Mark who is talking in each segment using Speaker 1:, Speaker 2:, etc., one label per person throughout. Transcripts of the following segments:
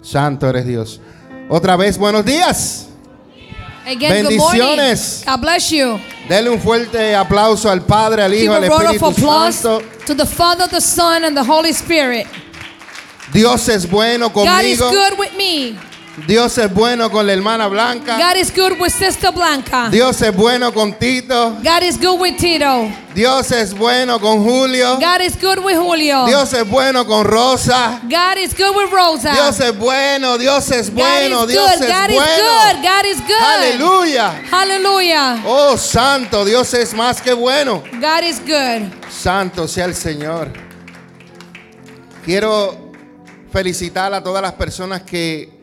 Speaker 1: Santo eres Dios. Otra vez, buenos días.
Speaker 2: Again, good morning.
Speaker 1: Bendiciones.
Speaker 2: God bless you.
Speaker 1: Denle un fuerte aplauso al Padre, al
Speaker 2: Give
Speaker 1: Hijo, al
Speaker 2: a round of
Speaker 1: Espíritu
Speaker 2: applause
Speaker 1: Santo.
Speaker 2: to the Father, the Son, and the Holy Spirit.
Speaker 1: Dios es bueno
Speaker 2: God is
Speaker 1: conmigo.
Speaker 2: good with me.
Speaker 1: Dios es bueno con la hermana Blanca.
Speaker 2: God is good with Sister Blanca.
Speaker 1: Dios es bueno con Tito.
Speaker 2: God is good with Tito.
Speaker 1: Dios es bueno con Julio.
Speaker 2: God is good with Julio.
Speaker 1: Dios es bueno con Rosa.
Speaker 2: God is good with Rosa.
Speaker 1: Dios es bueno, Dios es
Speaker 2: God is
Speaker 1: bueno, Dios
Speaker 2: good.
Speaker 1: es
Speaker 2: God is
Speaker 1: bueno.
Speaker 2: good. God is good.
Speaker 1: Aleluya.
Speaker 2: Hallelujah.
Speaker 1: Oh, santo, Dios es más que bueno.
Speaker 2: God is good.
Speaker 1: Santo sea el Señor. Quiero felicitar a todas las personas que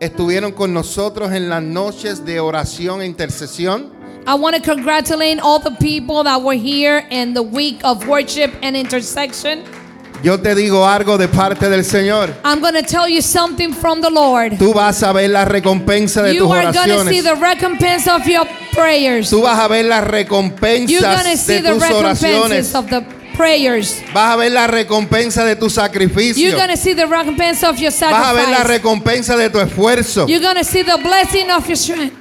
Speaker 1: estuvieron con nosotros en las noches de oración e intercesión.
Speaker 2: I want to congratulate all the people that were here in the week of worship and intersection.
Speaker 1: Yo te digo algo de parte del Señor.
Speaker 2: I'm going to tell you something from the Lord.
Speaker 1: Tú vas a ver la recompensa de
Speaker 2: You
Speaker 1: tus
Speaker 2: are going to see
Speaker 1: oraciones.
Speaker 2: the recompense of your prayers.
Speaker 1: Tú vas a ver las
Speaker 2: You're going to
Speaker 1: recompensas
Speaker 2: see
Speaker 1: de
Speaker 2: the
Speaker 1: tus oraciones.
Speaker 2: recompenses of the prayers.
Speaker 1: Vas a ver la recompensa de tu sacrificio.
Speaker 2: You're going to see the recompense of your
Speaker 1: Vas a ver la
Speaker 2: sacrifice.
Speaker 1: recompensa de tu esfuerzo.
Speaker 2: You're going to see the blessing of your strength.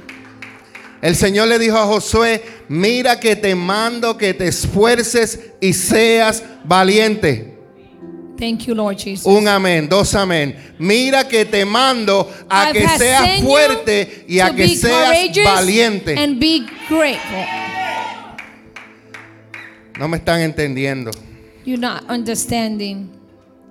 Speaker 1: El Señor le dijo a Josué, mira que te mando que te esfuerces y seas valiente.
Speaker 2: Thank you, Lord Jesus.
Speaker 1: Un amén, dos amén. Mira que te mando a
Speaker 2: I
Speaker 1: que
Speaker 2: have
Speaker 1: seas
Speaker 2: sent you
Speaker 1: fuerte y a
Speaker 2: to
Speaker 1: que
Speaker 2: be
Speaker 1: seas
Speaker 2: courageous
Speaker 1: valiente.
Speaker 2: And be grateful.
Speaker 1: No me están entendiendo.
Speaker 2: You're not understanding.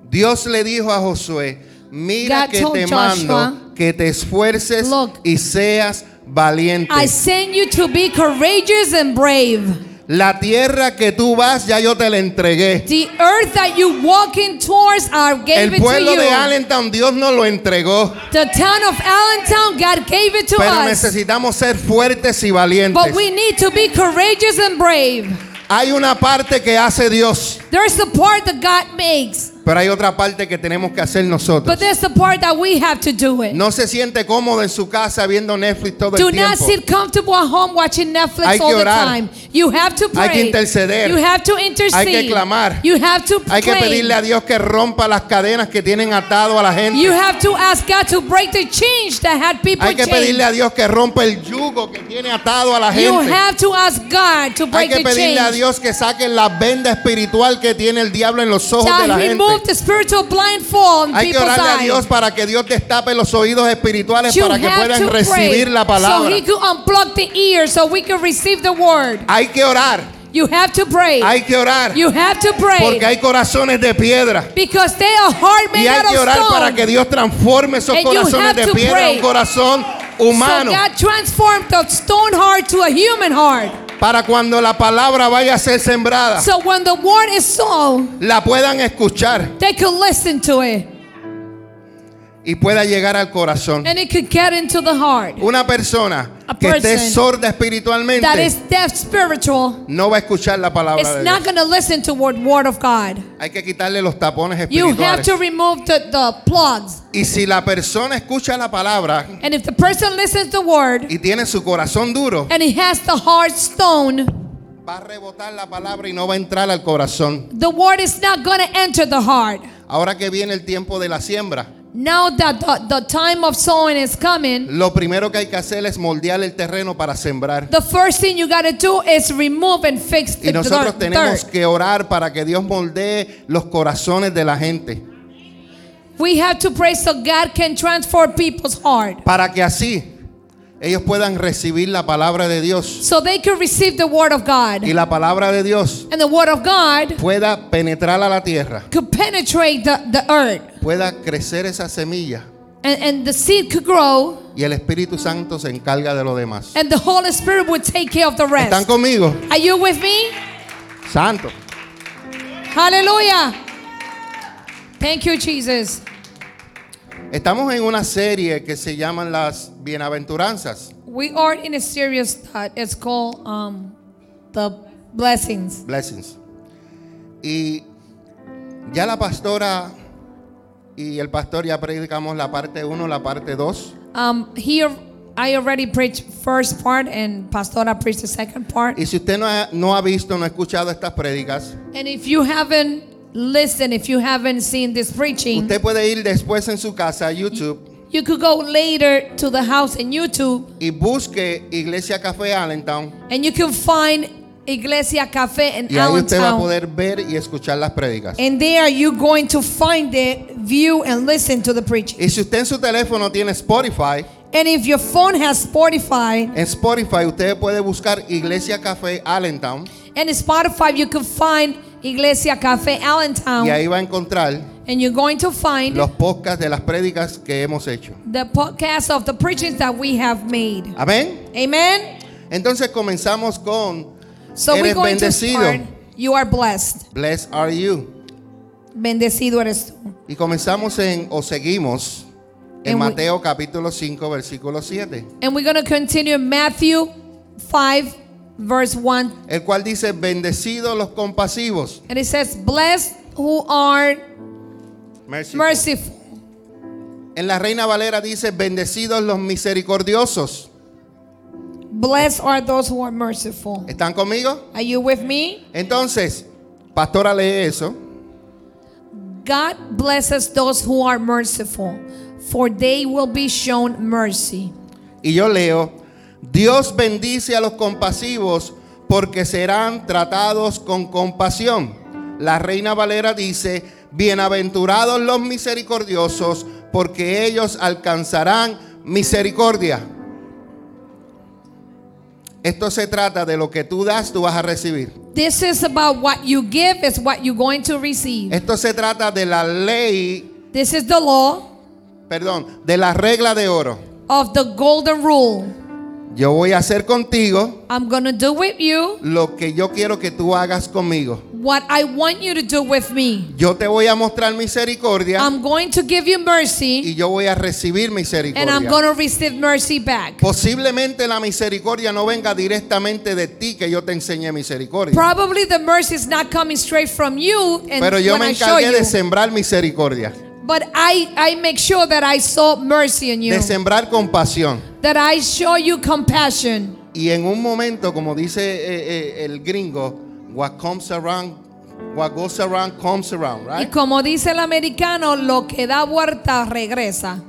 Speaker 1: Dios le dijo a Josué, mira
Speaker 2: God
Speaker 1: que
Speaker 2: told
Speaker 1: te
Speaker 2: Joshua,
Speaker 1: mando que te esfuerces
Speaker 2: "Look,
Speaker 1: y seas valiente.
Speaker 2: I send you to be courageous and brave.
Speaker 1: La tierra que tú vas ya yo te la entregué.
Speaker 2: The earth that you walking towards, I gave
Speaker 1: El
Speaker 2: it to
Speaker 1: pueblo
Speaker 2: you.
Speaker 1: de Allentown Dios nos lo entregó.
Speaker 2: The town of Allentown, God gave it to
Speaker 1: Pero
Speaker 2: us.
Speaker 1: necesitamos ser fuertes y valientes.
Speaker 2: But we need to be courageous and brave.
Speaker 1: Hay una parte que hace Dios,
Speaker 2: There's the part that God makes,
Speaker 1: pero hay otra parte que tenemos que hacer nosotros.
Speaker 2: but there's the part that we have to do it.
Speaker 1: No se siente cómodo en su casa viendo Netflix todo
Speaker 2: do
Speaker 1: el
Speaker 2: not
Speaker 1: tiempo.
Speaker 2: sit comfortable at home watching Netflix
Speaker 1: Hay que
Speaker 2: all the
Speaker 1: orar.
Speaker 2: time. You have to pray.
Speaker 1: Hay que interceder.
Speaker 2: You have to intercede.
Speaker 1: clamar.
Speaker 2: You have to
Speaker 1: Hay que
Speaker 2: pray.
Speaker 1: pedirle a Dios que rompa las cadenas que tienen atado a la gente.
Speaker 2: You have to ask God to break the change that had people
Speaker 1: Hay que
Speaker 2: change.
Speaker 1: pedirle a Dios que rompa el yugo que tiene atado a la
Speaker 2: You
Speaker 1: gente.
Speaker 2: have to ask God to
Speaker 1: Hay
Speaker 2: break
Speaker 1: que
Speaker 2: the
Speaker 1: pedirle a
Speaker 2: chains.
Speaker 1: Dios que saque la venda espiritual que tiene el diablo en los ojos de
Speaker 2: God
Speaker 1: la gente.
Speaker 2: remove the spiritual blindfold on
Speaker 1: Hay que
Speaker 2: people's
Speaker 1: orarle a
Speaker 2: eyes.
Speaker 1: Dios para que Dios destape los oídos espirituales
Speaker 2: You
Speaker 1: para que
Speaker 2: have
Speaker 1: puedan
Speaker 2: to pray
Speaker 1: recibir la
Speaker 2: So
Speaker 1: palabra.
Speaker 2: he could unplug the ear so we can receive the word.
Speaker 1: Hay que orar,
Speaker 2: You have to pray.
Speaker 1: hay que orar,
Speaker 2: you have to pray.
Speaker 1: porque hay corazones de piedra.
Speaker 2: because they are hard
Speaker 1: Y
Speaker 2: made
Speaker 1: hay
Speaker 2: out
Speaker 1: que
Speaker 2: of
Speaker 1: orar para
Speaker 2: stone.
Speaker 1: que Dios transforme esos
Speaker 2: And you
Speaker 1: corazones
Speaker 2: have
Speaker 1: de
Speaker 2: to
Speaker 1: piedra a un
Speaker 2: pray.
Speaker 1: corazón humano.
Speaker 2: So God transformed the stone heart to a human heart.
Speaker 1: Para cuando la palabra vaya a ser sembrada,
Speaker 2: So when the word is sown,
Speaker 1: la puedan escuchar
Speaker 2: they could listen to it
Speaker 1: y pueda llegar al corazón.
Speaker 2: and it could get into the heart.
Speaker 1: Una persona
Speaker 2: A
Speaker 1: que esté
Speaker 2: person
Speaker 1: sorda
Speaker 2: That is
Speaker 1: espiritualmente
Speaker 2: deaf spiritual.
Speaker 1: no va a escuchar la palabra de
Speaker 2: It's not
Speaker 1: Dios.
Speaker 2: going to listen to word word of God.
Speaker 1: Hay que quitarle los tapones
Speaker 2: You have
Speaker 1: espirituales.
Speaker 2: to remove the, the plugs.
Speaker 1: Y si la persona escucha la palabra
Speaker 2: And if the person listens the word
Speaker 1: y tiene su corazón duro,
Speaker 2: and he has the hard stone,
Speaker 1: va a rebotar la palabra y no va a entrar al corazón.
Speaker 2: the word is not going to enter the heart.
Speaker 1: Ahora que viene el tiempo de la siembra,
Speaker 2: Now that the, the time of sowing is coming,
Speaker 1: lo primero que hay que hacer es moldear el terreno para sembrar.
Speaker 2: the first thing you got to do is remove and fix
Speaker 1: Y
Speaker 2: the the
Speaker 1: nosotros tenemos
Speaker 2: dirt.
Speaker 1: que orar para que Dios moldee los corazones de la gente.
Speaker 2: We have to pray so God can transform people's heart
Speaker 1: Para que así ellos puedan recibir la palabra de Dios.
Speaker 2: so they can receive the word of God.
Speaker 1: Y la palabra de Dios
Speaker 2: And the word of God
Speaker 1: pueda penetrar a la tierra.
Speaker 2: could penetrate the, the earth
Speaker 1: Pueda crecer esa semilla.
Speaker 2: and, and the seed could grow
Speaker 1: Y el Espíritu Santo se encarga de lo demás.
Speaker 2: and the Holy Spirit would take care of the
Speaker 1: ¿Están
Speaker 2: rest.
Speaker 1: conmigo?
Speaker 2: Are you with me?
Speaker 1: Santo.
Speaker 2: Hallelujah. Thank you, Jesus.
Speaker 1: Estamos en una serie que se llaman las bienaventuranzas,
Speaker 2: We are in a serious thought. It's called um, the blessings.
Speaker 1: blessings. Y ya la pastora y el pastor ya predicamos la parte 1, la parte 2.
Speaker 2: Um, here, I already preached first part, and Pastora preached the second part.
Speaker 1: Y si usted no ha, no ha visto, no ha escuchado estas prédicas,
Speaker 2: And if you haven't listened, if you haven't seen this preaching,
Speaker 1: usted puede ir después en su casa a YouTube
Speaker 2: You could go later to the house in YouTube
Speaker 1: y busque Iglesia Café Allentown
Speaker 2: and you can find Iglesia Cafe in
Speaker 1: y ahí usted va a
Speaker 2: Allentown.
Speaker 1: poder ver y escuchar las prédicas.
Speaker 2: And there you're going to find it, view and listen to the preaching.
Speaker 1: Y si usted en su teléfono tiene Spotify,
Speaker 2: And if your phone has Spotify
Speaker 1: en Spotify usted puede buscar Iglesia Café Allentown
Speaker 2: and Spotify, you can find Iglesia Cafe Allentown.
Speaker 1: y ahí va a encontrar
Speaker 2: And you're going to find
Speaker 1: los podcasts de las prédicas que hemos hecho.
Speaker 2: the podcast of the preachings that we have made.
Speaker 1: Amén.
Speaker 2: Amen.
Speaker 1: Entonces comenzamos con
Speaker 2: So we're
Speaker 1: Eres
Speaker 2: going to
Speaker 1: bendecido.
Speaker 2: start. You are blessed.
Speaker 1: Blessed are you.
Speaker 2: Bendecido eres tú.
Speaker 1: Y comenzamos en o seguimos en
Speaker 2: En-
Speaker 1: Mateo capítulo 5 versículo 7,
Speaker 2: And we're going to continue in Matthew 5, verse 1.
Speaker 1: el cual dice, "Bendecidos los compasivos."
Speaker 2: And it says, Blessed who are
Speaker 1: Mercy.
Speaker 2: merciful.
Speaker 1: En la Reina Valera dice, "Bendecidos los misericordiosos."
Speaker 2: Blessed are those who are merciful.
Speaker 1: ¿Están conmigo?
Speaker 2: Are you with me?
Speaker 1: Entonces, pastora lee eso
Speaker 2: God blesses those who are merciful, for they will be shown mercy.
Speaker 1: y yo leo, Dios bendice a los compasivos porque serán tratados con compasión. La reina Valera dice, bienaventurados los misericordiosos porque ellos alcanzarán misericordia. Esto se trata de lo que tú das, tú vas a recibir.
Speaker 2: This is about what you give, is what you're going to receive.
Speaker 1: Esto se trata de la ley,
Speaker 2: This is the law
Speaker 1: perdón, de la regla de oro.
Speaker 2: of the golden rule.
Speaker 1: Yo voy a hacer contigo
Speaker 2: I'm going to do with you
Speaker 1: lo que yo quiero que tú hagas conmigo.
Speaker 2: what I want you to do with me.
Speaker 1: Yo te voy a mostrar misericordia
Speaker 2: I'm going to give you mercy
Speaker 1: y yo voy a recibir
Speaker 2: and I'm
Speaker 1: misericordia.
Speaker 2: going to receive mercy back.
Speaker 1: Posiblemente la misericordia no venga directamente de ti que yo te enseñé misericordia.
Speaker 2: Probably the mercy is not coming straight from you and
Speaker 1: Pero yo
Speaker 2: when
Speaker 1: me
Speaker 2: I show
Speaker 1: encargué de
Speaker 2: you.
Speaker 1: sembrar misericordia,
Speaker 2: But I, I make sure that I saw mercy in you,
Speaker 1: de sembrar compasión.
Speaker 2: that I show you compassion.
Speaker 1: Y en un momento, como dice eh, eh, el gringo, what comes around, what goes around comes around,
Speaker 2: Y
Speaker 1: right?
Speaker 2: como dice el americano, lo que da vuelta regresa.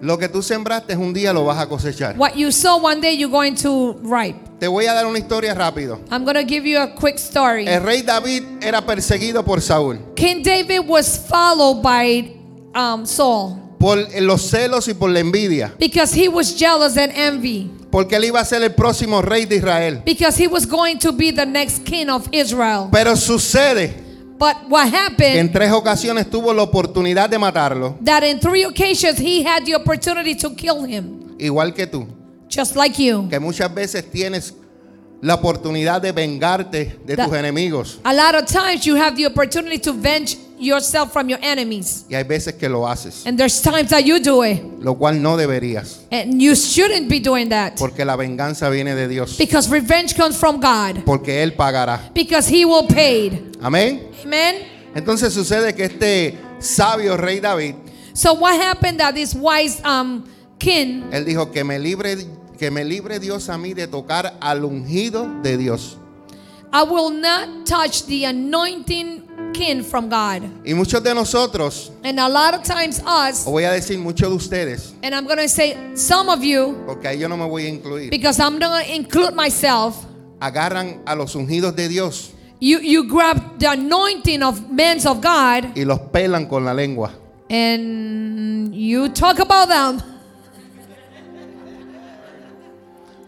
Speaker 1: Lo que tú sembraste un día lo vas a cosechar.
Speaker 2: What you sow one day, you're going to ripe.
Speaker 1: Te voy a dar una historia rápido.
Speaker 2: I'm going to give you a quick story.
Speaker 1: El rey David era perseguido por Saúl.
Speaker 2: King David was followed by um, Saul
Speaker 1: por los celos y por la envidia,
Speaker 2: because he was jealous and envy
Speaker 1: porque él iba a ser el próximo rey de Israel.
Speaker 2: because he was going to be the next king of Israel.
Speaker 1: Pero sucede
Speaker 2: But what
Speaker 1: que en
Speaker 2: happened
Speaker 1: tres ocasiones tuvo la oportunidad de matarlo,
Speaker 2: that in three occasions he had the opportunity to kill him,
Speaker 1: igual que tú,
Speaker 2: just like you.
Speaker 1: que muchas veces tienes la oportunidad de vengarte de
Speaker 2: Da-
Speaker 1: tus enemigos
Speaker 2: A lot of times you have the opportunity to venge yourself from your enemies,
Speaker 1: y hay veces que lo haces,
Speaker 2: and there's times that you do it,
Speaker 1: lo cual no deberías,
Speaker 2: and you shouldn't be doing that
Speaker 1: porque la venganza viene de Dios,
Speaker 2: because revenge comes from God
Speaker 1: porque él pagará.
Speaker 2: because He will pay.
Speaker 1: Amén.
Speaker 2: Amen.
Speaker 1: Entonces sucede que este sabio rey David,
Speaker 2: So what happened that this wise um king
Speaker 1: él dijo que me libre que me libre Dios a mí de tocar al ungido de Dios.
Speaker 2: I will not touch the anointing king from God.
Speaker 1: Y muchos de nosotros,
Speaker 2: And a lot of times us,
Speaker 1: o voy a decir muchos de ustedes,
Speaker 2: and I'm gonna say some of you,
Speaker 1: porque ahí yo no me voy a incluir,
Speaker 2: because I'm gonna include myself,
Speaker 1: agarran a los ungidos de Dios
Speaker 2: you you grab the anointing of men of God
Speaker 1: y los pelan con la lengua.
Speaker 2: and you talk about them.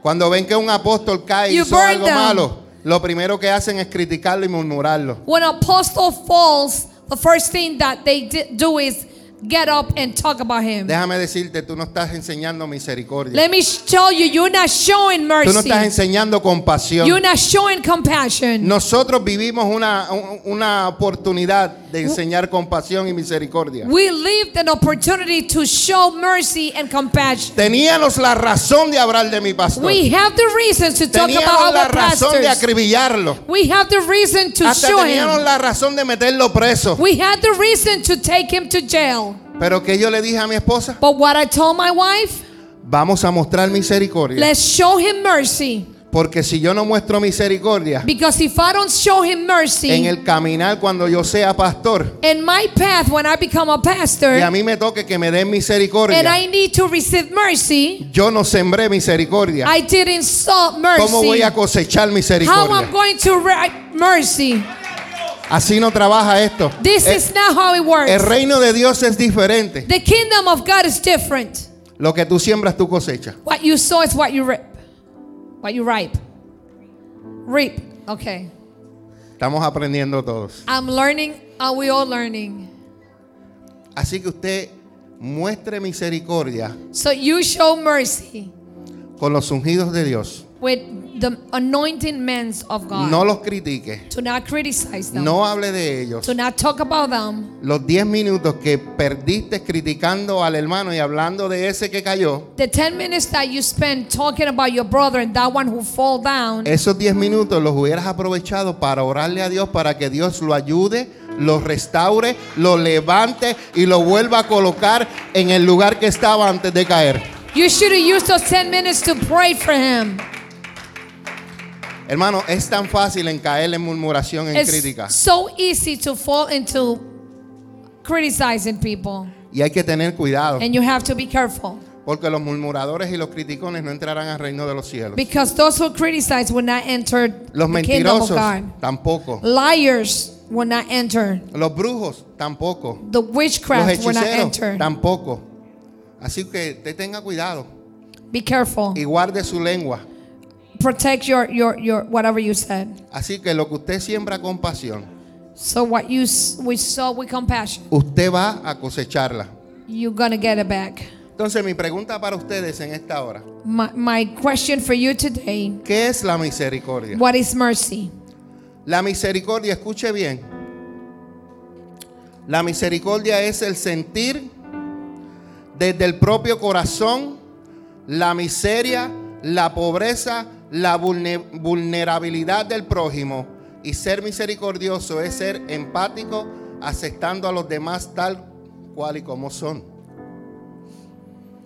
Speaker 1: Cuando ven que un apóstol cae y
Speaker 2: You
Speaker 1: hizo
Speaker 2: burn
Speaker 1: algo
Speaker 2: them.
Speaker 1: malo, lo primero que hacen es criticarlo y murmurarlo.
Speaker 2: When apostle falls, the first thing that they di- do is get up and talk about him.
Speaker 1: Déjame decirte, tú no estás enseñando misericordia.
Speaker 2: Let me sh- tell you, you're not showing
Speaker 1: Tú no estás
Speaker 2: mercy.
Speaker 1: enseñando
Speaker 2: You're
Speaker 1: compasión.
Speaker 2: not showing compassion.
Speaker 1: Nosotros vivimos una, un- una oportunidad de enseñar compasión y misericordia.
Speaker 2: We lived an opportunity to show mercy and compassion.
Speaker 1: Teníamos la razón de hablar de mi pastor.
Speaker 2: We have the reasons to talk
Speaker 1: Teníamos
Speaker 2: about
Speaker 1: la
Speaker 2: our
Speaker 1: razón de
Speaker 2: pastors.
Speaker 1: acribillarlo.
Speaker 2: We have the reason to
Speaker 1: Hasta
Speaker 2: show
Speaker 1: teníamos
Speaker 2: him.
Speaker 1: la razón de meterlo preso.
Speaker 2: We had the reason to take him to jail.
Speaker 1: Pero que yo le dije a mi esposa,
Speaker 2: But what I told my wife,
Speaker 1: vamos a mostrar misericordia.
Speaker 2: let's show him mercy.
Speaker 1: Porque si yo no muestro misericordia
Speaker 2: Because if I don't show him
Speaker 1: en
Speaker 2: mercy
Speaker 1: el caminar cuando yo sea pastor
Speaker 2: in my path when I become a
Speaker 1: y a
Speaker 2: pastor
Speaker 1: mí me toque que me den
Speaker 2: and
Speaker 1: misericordia,
Speaker 2: I need to receive mercy,
Speaker 1: yo no sembré misericordia.
Speaker 2: I didn't sow
Speaker 1: ¿Cómo voy
Speaker 2: mercy.
Speaker 1: a cosechar
Speaker 2: How I'm
Speaker 1: misericordia?
Speaker 2: going to write mercy.
Speaker 1: Así no trabaja esto.
Speaker 2: This
Speaker 1: Eh,
Speaker 2: is not how it
Speaker 1: El
Speaker 2: works.
Speaker 1: reino de Dios es diferente.
Speaker 2: The kingdom of God is different.
Speaker 1: Lo que tú siembras, tú cosechas.
Speaker 2: What you sow is what you rip. What you ripe. Reap. Okay.
Speaker 1: Estamos aprendiendo todos.
Speaker 2: I'm learning. Are we all learning?
Speaker 1: Así que usted muestre misericordia
Speaker 2: So you show mercy
Speaker 1: con los ungidos de Dios.
Speaker 2: with the anointing men's of God.
Speaker 1: No los critique.
Speaker 2: To not criticize them.
Speaker 1: No hable de ellos.
Speaker 2: To not talk about them.
Speaker 1: Los 10 minutos que perdiste criticando al hermano y hablando de ese que cayó,
Speaker 2: The 10 minutes that you spend talking about your brother and that one who fall down,
Speaker 1: esos 10 minutos los hubieras aprovechado para orarle a Dios para que Dios lo ayude, lo restaure, lo levante y lo vuelva a colocar en el lugar que estaba antes de caer.
Speaker 2: you should have used those 10 minutes to pray for him.
Speaker 1: Hermano, es tan fácil en caer en murmuración, en crítica.
Speaker 2: It's so easy to fall into criticizing people,
Speaker 1: Y hay que tener cuidado,
Speaker 2: and you have to be careful
Speaker 1: porque los murmuradores y los criticones no entrarán al reino de los cielos.
Speaker 2: because those who criticize will not enter
Speaker 1: Los
Speaker 2: the kingdom of
Speaker 1: mentirosos
Speaker 2: God.
Speaker 1: tampoco.
Speaker 2: Liars will not enter.
Speaker 1: Los brujos tampoco.
Speaker 2: The
Speaker 1: Los
Speaker 2: witchcraft will not
Speaker 1: hechiceros
Speaker 2: enter.
Speaker 1: tampoco. Así que te tenga cuidado
Speaker 2: Be careful.
Speaker 1: y guarde su lengua.
Speaker 2: Protect your your your whatever you said.
Speaker 1: Así que lo que usted siembra con pasión,
Speaker 2: So what you s- we sow with compassion,
Speaker 1: usted va a cosecharla.
Speaker 2: you're gonna get it back.
Speaker 1: Entonces mi pregunta para ustedes en esta hora,
Speaker 2: My, my question for you today:
Speaker 1: ¿qué es la misericordia?
Speaker 2: What is mercy?
Speaker 1: Uh-huh. La misericordia, escuche bien. La misericordia es el sentir desde el propio corazón la miseria, la pobreza, la vulne- vulnerabilidad del prójimo. Y ser misericordioso es ser empático, aceptando a los demás tal cual y como son.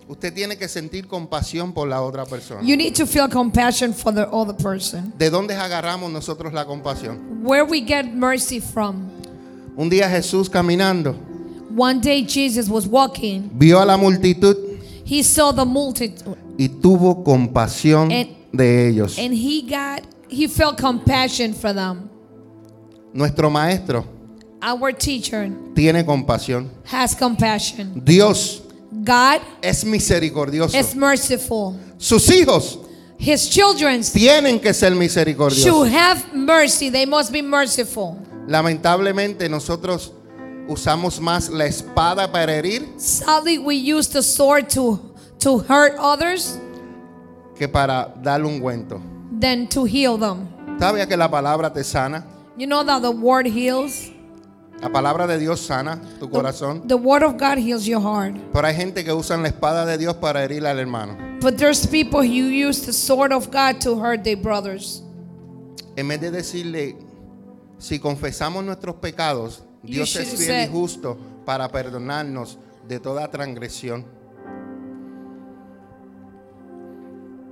Speaker 1: Usted tiene que sentir compasión por la otra persona.
Speaker 2: You need to feel compassion for the other person.
Speaker 1: ¿De dónde agarramos nosotros la compasión?
Speaker 2: Where we get mercy from.
Speaker 1: Un día Jesús caminando
Speaker 2: One day Jesus was walking.
Speaker 1: vio a la multitud
Speaker 2: He saw the multitude
Speaker 1: y tuvo compasión
Speaker 2: En-
Speaker 1: de ellos.
Speaker 2: and he got he felt compassion for them.
Speaker 1: Nuestro maestro
Speaker 2: Our teacher
Speaker 1: tiene compasión.
Speaker 2: has compassion.
Speaker 1: Dios
Speaker 2: God
Speaker 1: es misericordioso.
Speaker 2: is merciful.
Speaker 1: Sus hijos
Speaker 2: His children
Speaker 1: tienen que ser
Speaker 2: should
Speaker 1: misericordiosos.
Speaker 2: have mercy. They must be merciful.
Speaker 1: Lamentablemente nosotros usamos más la espada para herir
Speaker 2: Sadly, we use the sword to to hurt others
Speaker 1: que para dar ungüento.
Speaker 2: than to heal them.
Speaker 1: ¿Sabía que la palabra te sana?
Speaker 2: You know that the word heals.
Speaker 1: La palabra de Dios sana tu corazón.
Speaker 2: The word of God heals your heart.
Speaker 1: Pero hay gente que usan la espada de Dios para herir al hermano.
Speaker 2: But there's people who use the sword of God to hurt their brothers.
Speaker 1: En vez de decirle, si confesamos nuestros pecados,
Speaker 2: You
Speaker 1: Dios
Speaker 2: should
Speaker 1: es
Speaker 2: have
Speaker 1: fiel y
Speaker 2: said-
Speaker 1: justo para perdonarnos de toda transgresión.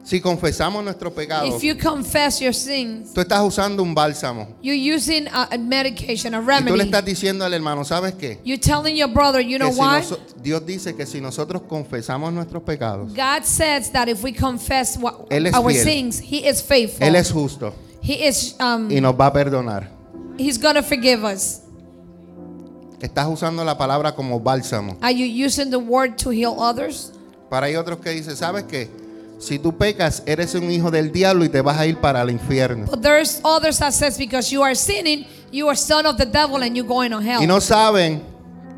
Speaker 1: Si confesamos nuestros pecados,
Speaker 2: If you confess your sins,
Speaker 1: tú estás usando un bálsamo.
Speaker 2: you're using a, a medication, a
Speaker 1: Y tú le
Speaker 2: remedy.
Speaker 1: estás diciendo al hermano, ¿sabes qué?
Speaker 2: You're telling your brother, you know
Speaker 1: Que si
Speaker 2: what?
Speaker 1: noso- Dios dice que si nosotros confesamos nuestros pecados,
Speaker 2: God says that if we confess what
Speaker 1: Él es
Speaker 2: our
Speaker 1: fiel.
Speaker 2: sins, He is faithful.
Speaker 1: Él es Eh. justo
Speaker 2: he is, um,
Speaker 1: y nos va a perdonar.
Speaker 2: He's gonna forgive us.
Speaker 1: Estás usando la palabra como bálsamo.
Speaker 2: Are you using the word to heal others?
Speaker 1: Para hay otros que dicen, ¿sabes qué? Si tú pecas, eres un hijo del diablo y te vas a ir para el infierno.
Speaker 2: But there's others that says because you are sinning, you are son of the devil and you're going to hell.
Speaker 1: Y no saben,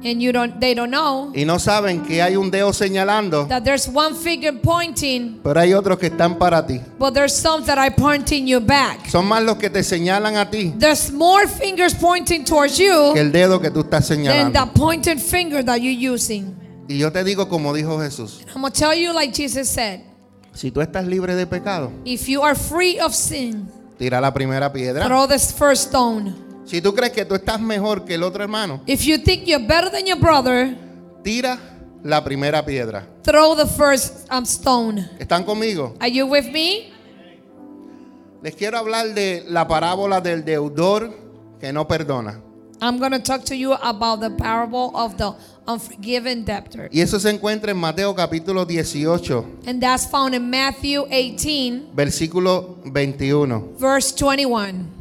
Speaker 2: and you don't, they don't know
Speaker 1: y no saben que hay un dedo señalando,
Speaker 2: that there's one figure pointing
Speaker 1: pero hay otros que están para ti.
Speaker 2: But there's some that are pointing you back.
Speaker 1: Son más los que te señalan a ti
Speaker 2: There's more fingers pointing towards
Speaker 1: que
Speaker 2: you
Speaker 1: el dedo que tú estás
Speaker 2: than
Speaker 1: señalando.
Speaker 2: that pointed finger that you're using.
Speaker 1: Y yo te digo como dijo Jesús,
Speaker 2: I'm going to tell you, like Jesus said,
Speaker 1: si tú estás libre de pecado,
Speaker 2: if you are free of sin,
Speaker 1: tira la primera piedra.
Speaker 2: throw this first stone.
Speaker 1: Si tú crees que tú estás mejor que el otro hermano,
Speaker 2: If you think you're better than your brother,
Speaker 1: tira la primera piedra.
Speaker 2: throw the first um, stone.
Speaker 1: ¿Están conmigo?
Speaker 2: Are you with me?
Speaker 1: Les quiero hablar de la parábola del deudor que no perdona.
Speaker 2: I'm going to talk to you about the parable of the unforgiven debtor.
Speaker 1: Y eso se encuentra en Mateo capítulo 18,
Speaker 2: And that's found in Matthew 18,
Speaker 1: versículo 21.
Speaker 2: verse 21.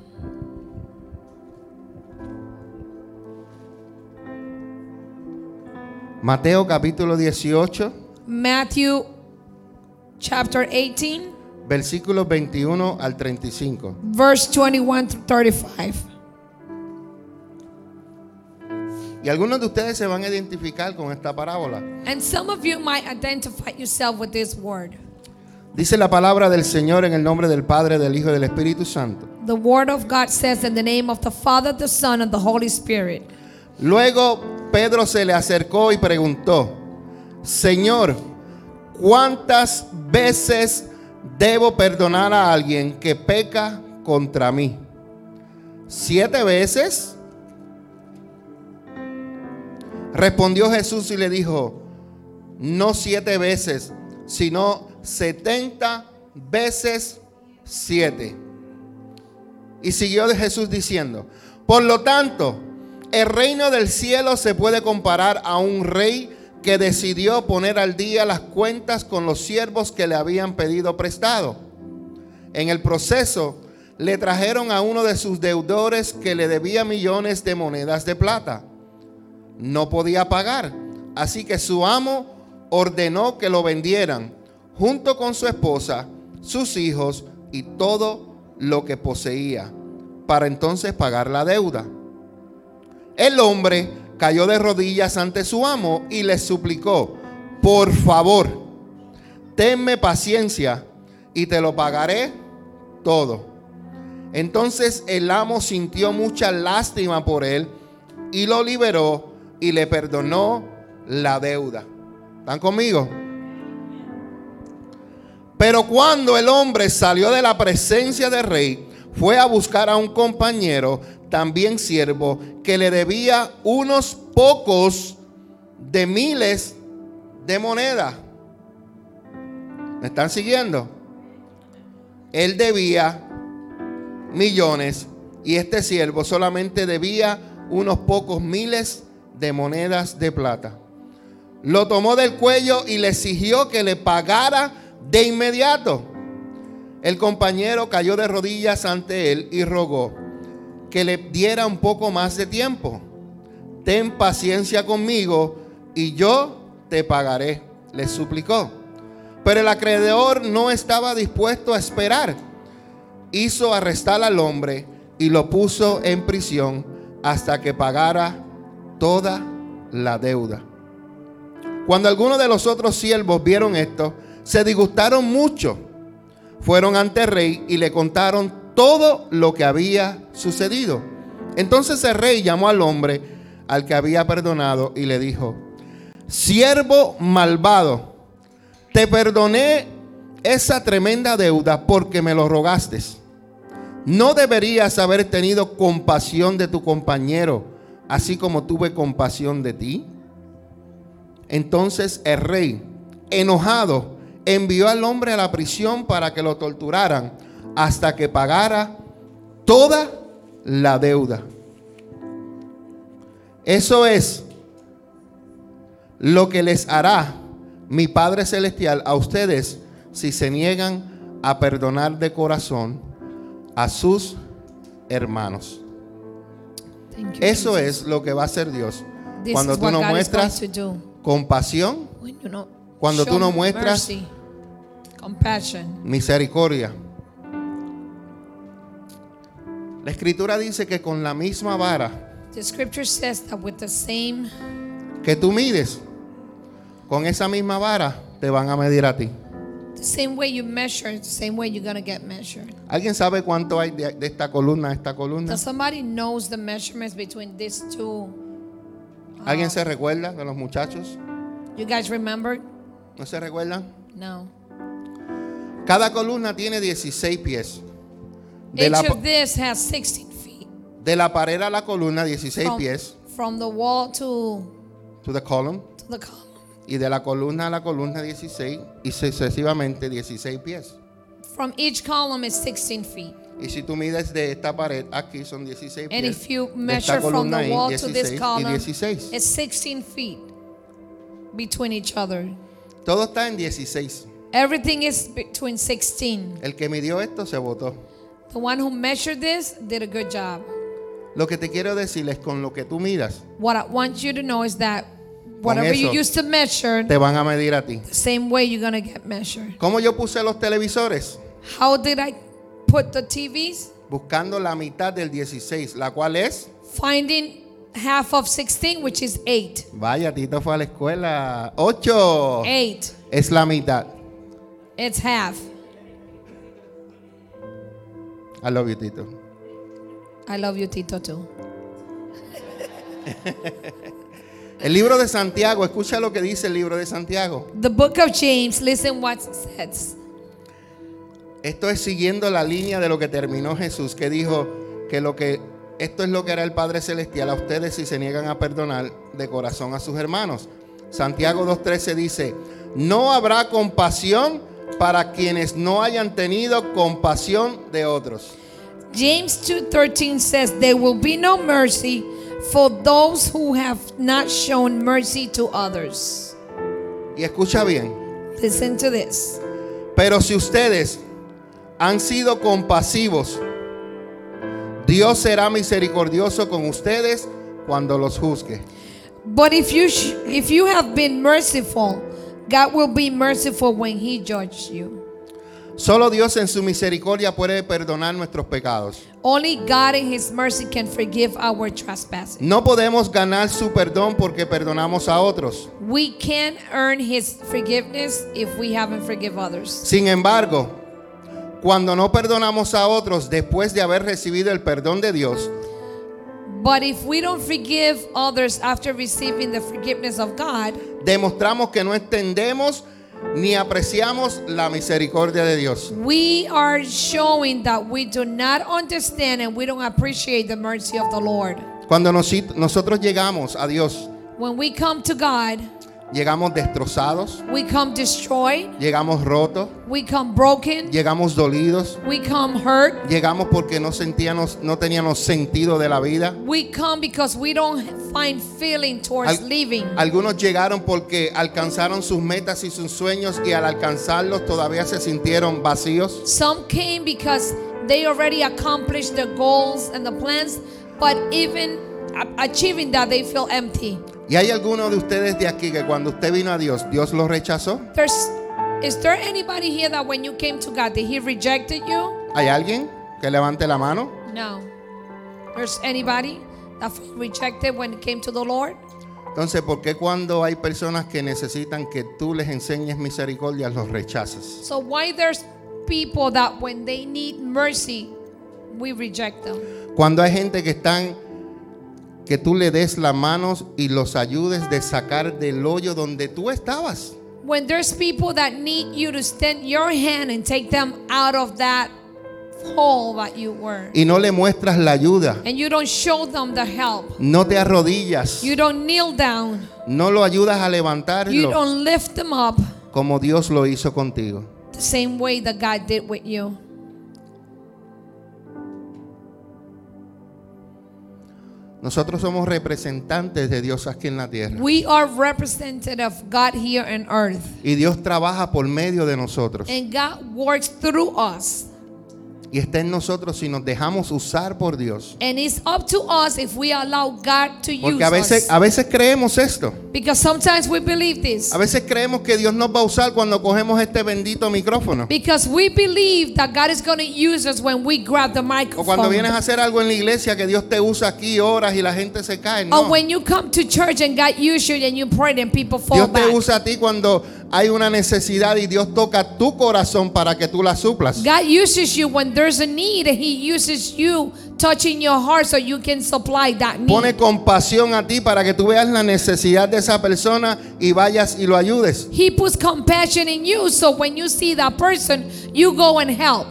Speaker 1: Mateo capítulo 18,
Speaker 2: Matthew chapter 18,
Speaker 1: versículos 21 al 35.
Speaker 2: verse 21 through 35.
Speaker 1: Y algunos de ustedes se van a identificar con esta parábola.
Speaker 2: And some of you might identify yourself with this word.
Speaker 1: Dice la palabra del Señor en el nombre del Padre, del Hijo y del Espíritu Santo.
Speaker 2: The word of God says in the name of the Father, the Son, and the Holy Spirit.
Speaker 1: Luego Pedro se le acercó y preguntó, Señor, ¿cuántas veces debo perdonar a alguien que peca contra mí? ¿Siete veces? Respondió Jesús y le dijo, no siete veces, sino setenta veces siete. Y siguió de Jesús diciendo, por lo tanto, el reino del cielo se puede comparar a un rey que decidió poner al día las cuentas con los siervos que le habían pedido prestado. En el proceso le trajeron a uno de sus deudores que le debía millones de monedas de plata. No podía pagar, así que su amo ordenó que lo vendieran junto con su esposa, sus hijos y todo lo que poseía, para entonces pagar la deuda. El hombre cayó de rodillas ante su amo y le suplicó, por favor, tenme paciencia y te lo pagaré todo. Entonces el amo sintió mucha lástima por él y lo liberó y le perdonó la deuda. ¿Están conmigo? Pero cuando el hombre salió de la presencia del rey, fue a buscar a un compañero, también siervo, que le debía unos pocos de miles de monedas. ¿Me están siguiendo? Él debía millones y este siervo solamente debía unos pocos miles de monedas de plata. Lo tomó del cuello y le exigió que le pagara de inmediato. El compañero cayó de rodillas ante él y rogó que le diera un poco más de tiempo. Ten paciencia conmigo y yo te pagaré, le suplicó. Pero el acreedor no estaba dispuesto a esperar. Hizo arrestar al hombre y lo puso en prisión hasta que pagara toda la deuda. Cuando algunos de los otros siervos vieron esto, se disgustaron mucho. Fueron ante el rey y le contaron todo lo que había sucedido. Entonces el rey llamó al hombre al que había perdonado y le dijo, siervo malvado, te perdoné esa tremenda deuda porque me lo rogaste. No deberías haber tenido compasión de tu compañero, así como tuve compasión de ti. Entonces el rey, enojado, envió al hombre a la prisión para que lo torturaran hasta que pagara toda la deuda. Eso es lo que les hará mi Padre Celestial a ustedes si se niegan a perdonar de corazón a sus hermanos.
Speaker 2: Thank you.
Speaker 1: Eso es lo que va a hacer Dios
Speaker 2: This
Speaker 1: cuando
Speaker 2: is
Speaker 1: tú
Speaker 2: what
Speaker 1: no
Speaker 2: God is going
Speaker 1: muestras
Speaker 2: to do.
Speaker 1: compasión,
Speaker 2: When you know,
Speaker 1: Cuando tú
Speaker 2: show
Speaker 1: no muestras-
Speaker 2: mercy, compassion.
Speaker 1: misericordia. La escritura dice que con la misma vara
Speaker 2: The scripture says that with the same
Speaker 1: que tú mides, con esa misma vara te van a medir a ti.
Speaker 2: the same way you measure, the same way you're gonna get measured.
Speaker 1: ¿Alguien sabe cuánto hay de, de esta columna a esta columna?
Speaker 2: Does somebody knows the measurements between these two?
Speaker 1: ¿Alguien se recuerda de los muchachos?
Speaker 2: You guys remember?
Speaker 1: ¿No se recuerdan?
Speaker 2: No.
Speaker 1: Cada columna tiene 16 pies. De
Speaker 2: Each
Speaker 1: la,
Speaker 2: of this has 16 feet.
Speaker 1: de la pared a la columna,
Speaker 2: Oh.
Speaker 1: 16 pies.
Speaker 2: from the wall to,
Speaker 1: To the column.
Speaker 2: to the column.
Speaker 1: Y de la columna a la columna, 16. Y sucesivamente 16 pies.
Speaker 2: From each column is 16 feet.
Speaker 1: Y si tú mides de esta pared, aquí son 16
Speaker 2: And if
Speaker 1: pies.
Speaker 2: you
Speaker 1: De
Speaker 2: measure
Speaker 1: esta
Speaker 2: from
Speaker 1: columna
Speaker 2: the
Speaker 1: ahí,
Speaker 2: wall to this
Speaker 1: 16 y
Speaker 2: column,
Speaker 1: 16.
Speaker 2: it's 16 feet between each other.
Speaker 1: Todo está en 16.
Speaker 2: Everything is between 16.
Speaker 1: El que midió esto se votó.
Speaker 2: The one who measured this did a good job.
Speaker 1: Lo que te quiero decir es con lo que tú midas,
Speaker 2: What I want you to know is that whatever you
Speaker 1: eso,
Speaker 2: used to measure,
Speaker 1: te van a medir a ti.
Speaker 2: the same way you're going to get measured.
Speaker 1: ¿Cómo yo puse los televisores?
Speaker 2: How did I put the TVs?
Speaker 1: Buscando la mitad del 16, la cual es.
Speaker 2: Finding half of 16, which is 8.
Speaker 1: Vaya, Tito fue a la escuela. 8
Speaker 2: 8.
Speaker 1: es la mitad.
Speaker 2: It's half.
Speaker 1: I love you, Tito.
Speaker 2: I love you, Tito, too.
Speaker 1: El libro de Santiago, escucha lo que dice el libro de Santiago.
Speaker 2: The book of James, listen what it says.
Speaker 1: Esto es siguiendo la línea de lo que terminó Jesús, que dijo que lo que esto es lo que hará el Padre celestial a ustedes si se niegan a perdonar de corazón a sus hermanos. Santiago 2:13 dice, "No habrá compasión para quienes no hayan tenido compasión de otros."
Speaker 2: James 2:13 says there will be no mercy for those who have not shown mercy to others.
Speaker 1: Y escucha bien,
Speaker 2: Listen to this.
Speaker 1: pero si ustedes han sido compasivos, Dios será misericordioso con ustedes cuando los juzgue.
Speaker 2: But if you sh- if you have been merciful, God will be merciful when he judges you.
Speaker 1: Solo Dios en su misericordia puede perdonar nuestros pecados.
Speaker 2: Only God in his mercy can forgive our trespasses.
Speaker 1: No podemos ganar su perdón porque perdonamos a otros.
Speaker 2: We can earn his forgiveness if we haven't forgive others.
Speaker 1: Sin embargo, cuando no perdonamos a otros después de haber recibido el perdón de Dios,
Speaker 2: But if we don't forgive others after receiving the forgiveness of God,
Speaker 1: demostramos que no entendemos ni apreciamos la misericordia de Dios.
Speaker 2: We are showing that we do not understand and we don't appreciate the mercy of the Lord.
Speaker 1: Cuando nosi- nosotros llegamos a Dios,
Speaker 2: When we come to God,
Speaker 1: llegamos destrozados,
Speaker 2: we come destroyed,
Speaker 1: llegamos rotos,
Speaker 2: we come broken,
Speaker 1: llegamos dolidos,
Speaker 2: we come hurt,
Speaker 1: llegamos porque no sentíamos, no teníamos sentido de la vida.
Speaker 2: we come because we don't find feeling towards
Speaker 1: Al-
Speaker 2: living.
Speaker 1: Algunos llegaron porque alcanzaron sus metas y sus sueños y al alcanzarlos todavía se sintieron vacíos.
Speaker 2: Some came because they already accomplished their goals and the plans, but even a- achieving that, they feel empty.
Speaker 1: Y hay algunos de ustedes de aquí que cuando usted vino a Dios, Dios los rechazó.
Speaker 2: There's, is there anybody here that when you came to God, did He rejected you?
Speaker 1: ¿Hay alguien que levante la mano?
Speaker 2: No. There's anybody that felt rejected when it came to the Lord?
Speaker 1: Entonces, ¿por qué cuando hay personas que necesitan que tú les enseñes misericordia, los rechazas?
Speaker 2: So why there's people that when they need mercy, we reject them.
Speaker 1: Cuando hay gente que están, que tú le des las manos y los ayudes de sacar del hoyo donde tú estabas.
Speaker 2: When there's people that need you to extend your hand and take them out of that hole that you were,
Speaker 1: Y no le muestras la ayuda.
Speaker 2: and you don't show them the help,
Speaker 1: No te arrodillas.
Speaker 2: you don't kneel down,
Speaker 1: No lo ayudas a
Speaker 2: you
Speaker 1: levantarlo
Speaker 2: don't lift them up
Speaker 1: como Dios lo hizo contigo.
Speaker 2: the same way that God did with you.
Speaker 1: Nosotros somos representantes de Dios aquí en la tierra.
Speaker 2: We are representative of God here on earth.
Speaker 1: Y Dios trabaja por medio de nosotros.
Speaker 2: And God works through us.
Speaker 1: Y está en nosotros si nos dejamos usar por Dios.
Speaker 2: And it's up to us if we allow God to use
Speaker 1: Porque a veces,
Speaker 2: us.
Speaker 1: a veces creemos esto.
Speaker 2: Because sometimes we believe this.
Speaker 1: A veces creemos que Dios nos va a usar cuando cogemos este bendito micrófono.
Speaker 2: Because we believe that God is going to use us when we grab the
Speaker 1: O cuando vienes
Speaker 2: microphone.
Speaker 1: a hacer algo en la iglesia que Dios te usa aquí horas y la gente se cae.
Speaker 2: Or
Speaker 1: No.
Speaker 2: when you come to church and God uses you and you pray and people fall
Speaker 1: Dios te
Speaker 2: back.
Speaker 1: usa a ti cuando hay una necesidad y Dios toca tu corazón para que tú la suplas.
Speaker 2: God uses you when there's a need and He uses you touching your heart so you can supply that need.
Speaker 1: Pone compasión a ti para que tú veas la necesidad de esa persona y vayas y lo ayudes.
Speaker 2: He puts compassion in you so when you see that person, you go and help.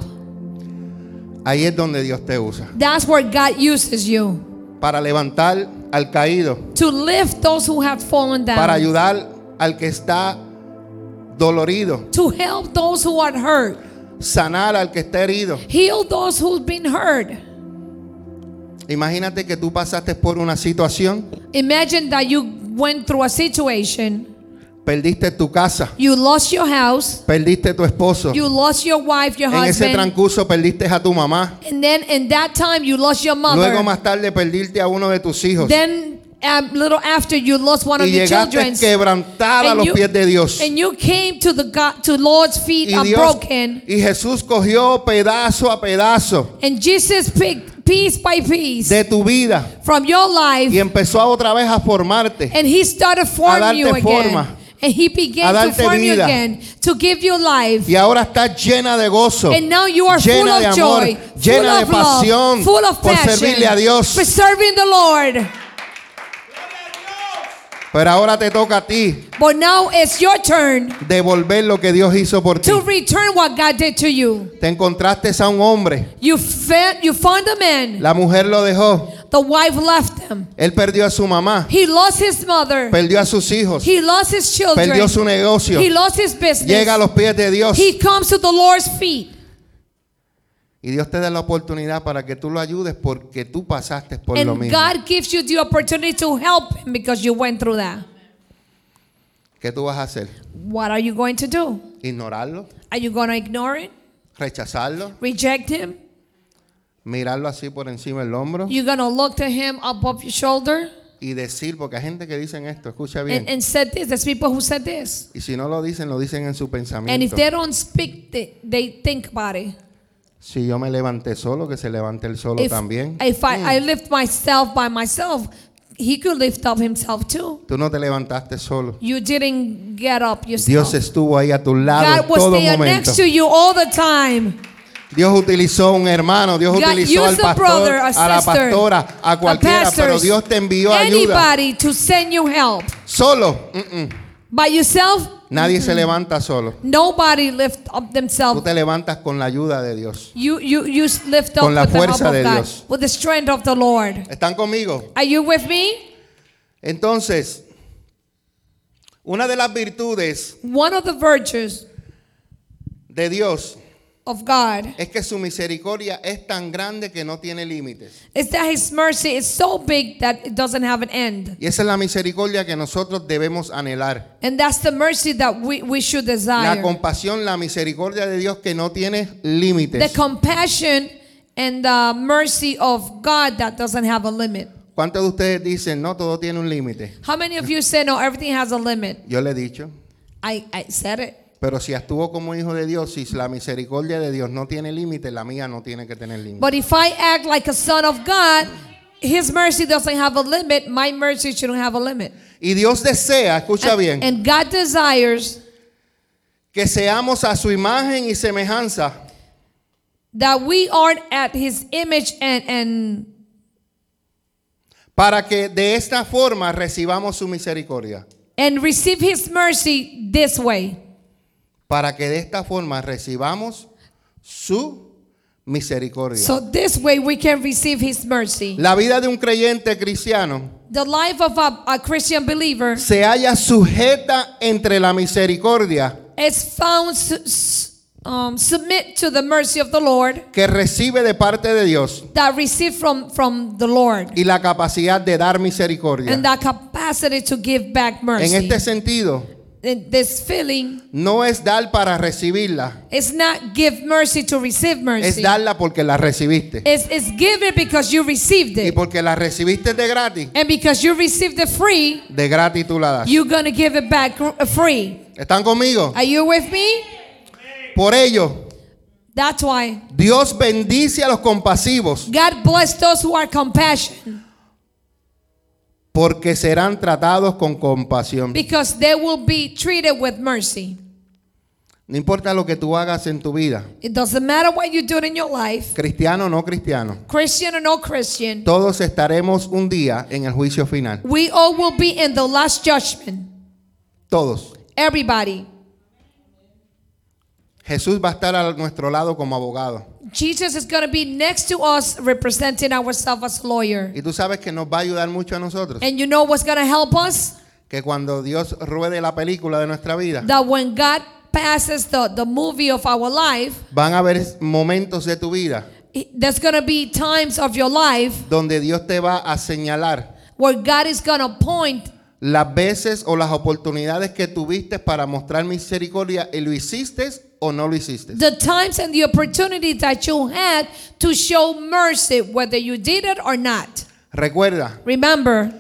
Speaker 1: Ahí es donde Dios te usa.
Speaker 2: That's where God uses you
Speaker 1: Para levantar al caído.
Speaker 2: to lift those who have fallen down.
Speaker 1: Para ayudar al que está dolorido.
Speaker 2: to help those who are hurt,
Speaker 1: sanar al que está herido.
Speaker 2: Heal those who've been hurt.
Speaker 1: Imagínate que tú pasaste por una situación,
Speaker 2: Imagine that you went through a situation,
Speaker 1: perdiste tu casa,
Speaker 2: you lost your house,
Speaker 1: perdiste tu esposo.
Speaker 2: you lost your wife, your
Speaker 1: En ese
Speaker 2: husband,
Speaker 1: transcurso perdiste a tu mamá.
Speaker 2: and then in that time you lost your
Speaker 1: Luego
Speaker 2: mother.
Speaker 1: más tarde perdiste a uno de tus hijos.
Speaker 2: Then a little after you lost one of
Speaker 1: Y
Speaker 2: your
Speaker 1: llegaste
Speaker 2: children.
Speaker 1: quebrantada a
Speaker 2: And
Speaker 1: los
Speaker 2: you-
Speaker 1: pies de Dios.
Speaker 2: And you came to the God, to Lord's feet
Speaker 1: Y, Dios,
Speaker 2: unbroken.
Speaker 1: y Jesús cogió pedazo a pedazo
Speaker 2: And Jesus picked piece by piece
Speaker 1: de tu vida
Speaker 2: from your life.
Speaker 1: y empezó a otra vez a formarte.
Speaker 2: And he started forming you
Speaker 1: darte
Speaker 2: again.
Speaker 1: forma.
Speaker 2: and he
Speaker 1: A
Speaker 2: began to
Speaker 1: darte
Speaker 2: form you
Speaker 1: vida.
Speaker 2: again. To give you life.
Speaker 1: Y ahora estás lleena de gozo,
Speaker 2: And now you are full
Speaker 1: llena
Speaker 2: of
Speaker 1: de amor,
Speaker 2: joy, full
Speaker 1: llena de
Speaker 2: of love,
Speaker 1: pasión
Speaker 2: full of
Speaker 1: por
Speaker 2: passion,
Speaker 1: servirle a Dios.
Speaker 2: for serving the Lord.
Speaker 1: Pero ahora te toca a ti
Speaker 2: But now it's your turn
Speaker 1: devolver lo que Dios hizo por ti.
Speaker 2: to return what God did to you.
Speaker 1: Te encontraste a un hombre,
Speaker 2: You fed, you found a man.
Speaker 1: la mujer lo dejó,
Speaker 2: The wife left him.
Speaker 1: él perdió a su mamá,
Speaker 2: He lost his mother.
Speaker 1: perdió a sus hijos,
Speaker 2: He lost his children.
Speaker 1: perdió su negocio,
Speaker 2: He lost his business.
Speaker 1: llega a los pies de Dios
Speaker 2: He comes to the Lord's feet.
Speaker 1: y Dios te da la oportunidad para que tú lo ayudes porque tú pasaste por lo
Speaker 2: And
Speaker 1: mismo.
Speaker 2: God gives you the opportunity to help him because you went through that.
Speaker 1: ¿Qué tú vas a hacer?
Speaker 2: What are you going to do?
Speaker 1: ¿Ignorarlo?
Speaker 2: Are you going to ignore it?
Speaker 1: ¿Rechazarlo?
Speaker 2: Reject him?
Speaker 1: ¿Mirarlo así por encima del hombro?
Speaker 2: You're going to look to him above your shoulder
Speaker 1: Y decir, porque hay gente que dicen esto, escucha
Speaker 2: and,
Speaker 1: bien.
Speaker 2: and said this. There's people who said this.
Speaker 1: Y si no lo dicen, lo dicen en su
Speaker 2: And if
Speaker 1: pensamiento.
Speaker 2: they don't speak, they, they think about it.
Speaker 1: Si yo me levanté solo, que se levante él solo
Speaker 2: If,
Speaker 1: también.
Speaker 2: if I, I lift myself by myself, he could lift up himself too.
Speaker 1: Tú no te levantaste solo.
Speaker 2: You didn't get up yourself.
Speaker 1: Dios estuvo ahí a tu lado
Speaker 2: God
Speaker 1: en
Speaker 2: was
Speaker 1: todo
Speaker 2: there
Speaker 1: momento.
Speaker 2: next to you all the time.
Speaker 1: Dios utilizó un hermano, Dios
Speaker 2: God
Speaker 1: utilizó al
Speaker 2: used a
Speaker 1: pastor,
Speaker 2: brother, a
Speaker 1: la
Speaker 2: sister,
Speaker 1: pastora, a
Speaker 2: a
Speaker 1: cualquiera, pero
Speaker 2: pastors,
Speaker 1: Dios te envió ayuda.
Speaker 2: Anybody to send you help.
Speaker 1: Solo, mm, mm.
Speaker 2: By yourself,
Speaker 1: nadie se levanta solo.
Speaker 2: nobody lift up
Speaker 1: Tú
Speaker 2: themselves.
Speaker 1: te levantas con la ayuda de Dios.
Speaker 2: You you you lift up
Speaker 1: Con la
Speaker 2: with the help
Speaker 1: fuerza
Speaker 2: of
Speaker 1: de
Speaker 2: God,
Speaker 1: Dios.
Speaker 2: with the strength of the Lord.
Speaker 1: ¿Están conmigo?
Speaker 2: Are you with me?
Speaker 1: Entonces, una de las virtudes
Speaker 2: One of the virtues
Speaker 1: de Dios
Speaker 2: of God
Speaker 1: es que su misericordia es tan grande que no tiene límites.
Speaker 2: is that His mercy is so big that it doesn't have an end,
Speaker 1: Y esa es la misericordia que nosotros debemos anhelar.
Speaker 2: and that's the mercy that we we should
Speaker 1: La
Speaker 2: desire.
Speaker 1: compasión, la misericordia de Dios que no tiene
Speaker 2: The
Speaker 1: límites.
Speaker 2: compassion and the mercy of God that doesn't have a limit.
Speaker 1: ¿Cuántos de ustedes dicen, no, todo tiene un límite?
Speaker 2: How many of you say no? Everything has a limit.
Speaker 1: Yo le he dicho.
Speaker 2: I, I said it.
Speaker 1: Pero si actúo como hijo de Dios, si la misericordia de Dios no tiene límite, la mía no tiene que tener límite.
Speaker 2: But if I act like a son of God, His mercy doesn't have a limit. My mercy shouldn't have a limit.
Speaker 1: Y Dios desea, escucha
Speaker 2: And,
Speaker 1: bien,
Speaker 2: and God desires
Speaker 1: que seamos a su imagen y semejanza.
Speaker 2: that we are at His image and and
Speaker 1: para que de esta forma recibamos su misericordia,
Speaker 2: and receive His mercy this way.
Speaker 1: para que de esta forma recibamos su misericordia.
Speaker 2: So this way we can receive His mercy.
Speaker 1: la vida de un creyente cristiano
Speaker 2: The life of a, a Christian believer
Speaker 1: se halla sujeta entre la misericordia
Speaker 2: is found su- s- um, submit to the mercy of the Lord
Speaker 1: que recibe de parte de Dios
Speaker 2: that receive from from the Lord.
Speaker 1: y la capacidad de dar misericordia.
Speaker 2: and that capacity to give back
Speaker 1: En
Speaker 2: mercy.
Speaker 1: este sentido,
Speaker 2: And this feeling
Speaker 1: no es dar para recibirla,
Speaker 2: is not give mercy to receive
Speaker 1: es
Speaker 2: mercy.
Speaker 1: darla porque la recibiste.
Speaker 2: It's, it's give it because you received
Speaker 1: Y
Speaker 2: it.
Speaker 1: porque la recibiste de gratis,
Speaker 2: And because you received it free,
Speaker 1: de gratis tú la das.
Speaker 2: you're going to give it back gr- free.
Speaker 1: ¿Están conmigo?
Speaker 2: Are you with me?
Speaker 1: Por ello,
Speaker 2: That's why
Speaker 1: Dios bendice a los compasivos
Speaker 2: God bless those who are compassionate
Speaker 1: porque serán tratados con compasión.
Speaker 2: because they will be treated with mercy.
Speaker 1: No importa lo que tú hagas en tu vida,
Speaker 2: It doesn't matter what you do in your life,
Speaker 1: cristiano o no cristiano,
Speaker 2: Christian or no Christian,
Speaker 1: todos estaremos un día en el juicio final.
Speaker 2: we all will be in the last judgment.
Speaker 1: Todos.
Speaker 2: Everybody.
Speaker 1: Jesús va a estar a nuestro lado como abogado.
Speaker 2: Jesus is going to be next to us representing ourselves as lawyer.
Speaker 1: Y tú sabes que nos va a ayudar mucho a nosotros.
Speaker 2: And you know what's going to help us?
Speaker 1: Que cuando Dios ruede la película de nuestra vida,
Speaker 2: That when God passes the, the movie of our life,
Speaker 1: Van a haber momentos de tu vida
Speaker 2: i- there's going to be times of your life
Speaker 1: donde Dios te va a señalar
Speaker 2: where God is going to point
Speaker 1: las veces o las oportunidades que tuviste para mostrar misericordia y lo hiciste o no lo hiciste.
Speaker 2: the times and the opportunities that you had to show mercy, whether you did it or not.
Speaker 1: Recuerda,
Speaker 2: Remember,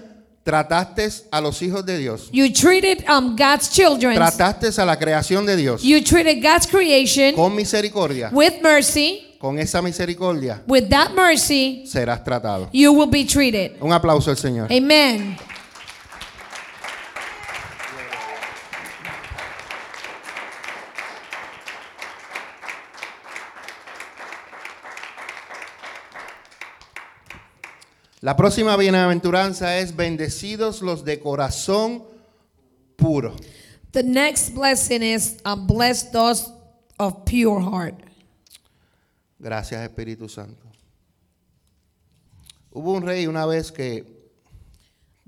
Speaker 1: trataste a los hijos de Dios.
Speaker 2: you treated um, God's children,
Speaker 1: Trataste a la creación de Dios
Speaker 2: you treated God's creation
Speaker 1: con misericordia.
Speaker 2: with mercy.
Speaker 1: Con esa misericordia
Speaker 2: With that mercy,
Speaker 1: serás tratado.
Speaker 2: you will be treated.
Speaker 1: Un aplauso al Señor.
Speaker 2: Amen.
Speaker 1: La próxima bienaventuranza es bendecidos los de corazón puro.
Speaker 2: The next blessing is um, blessed those of pure heart.
Speaker 1: Gracias Espíritu Santo. Hubo un rey una vez que,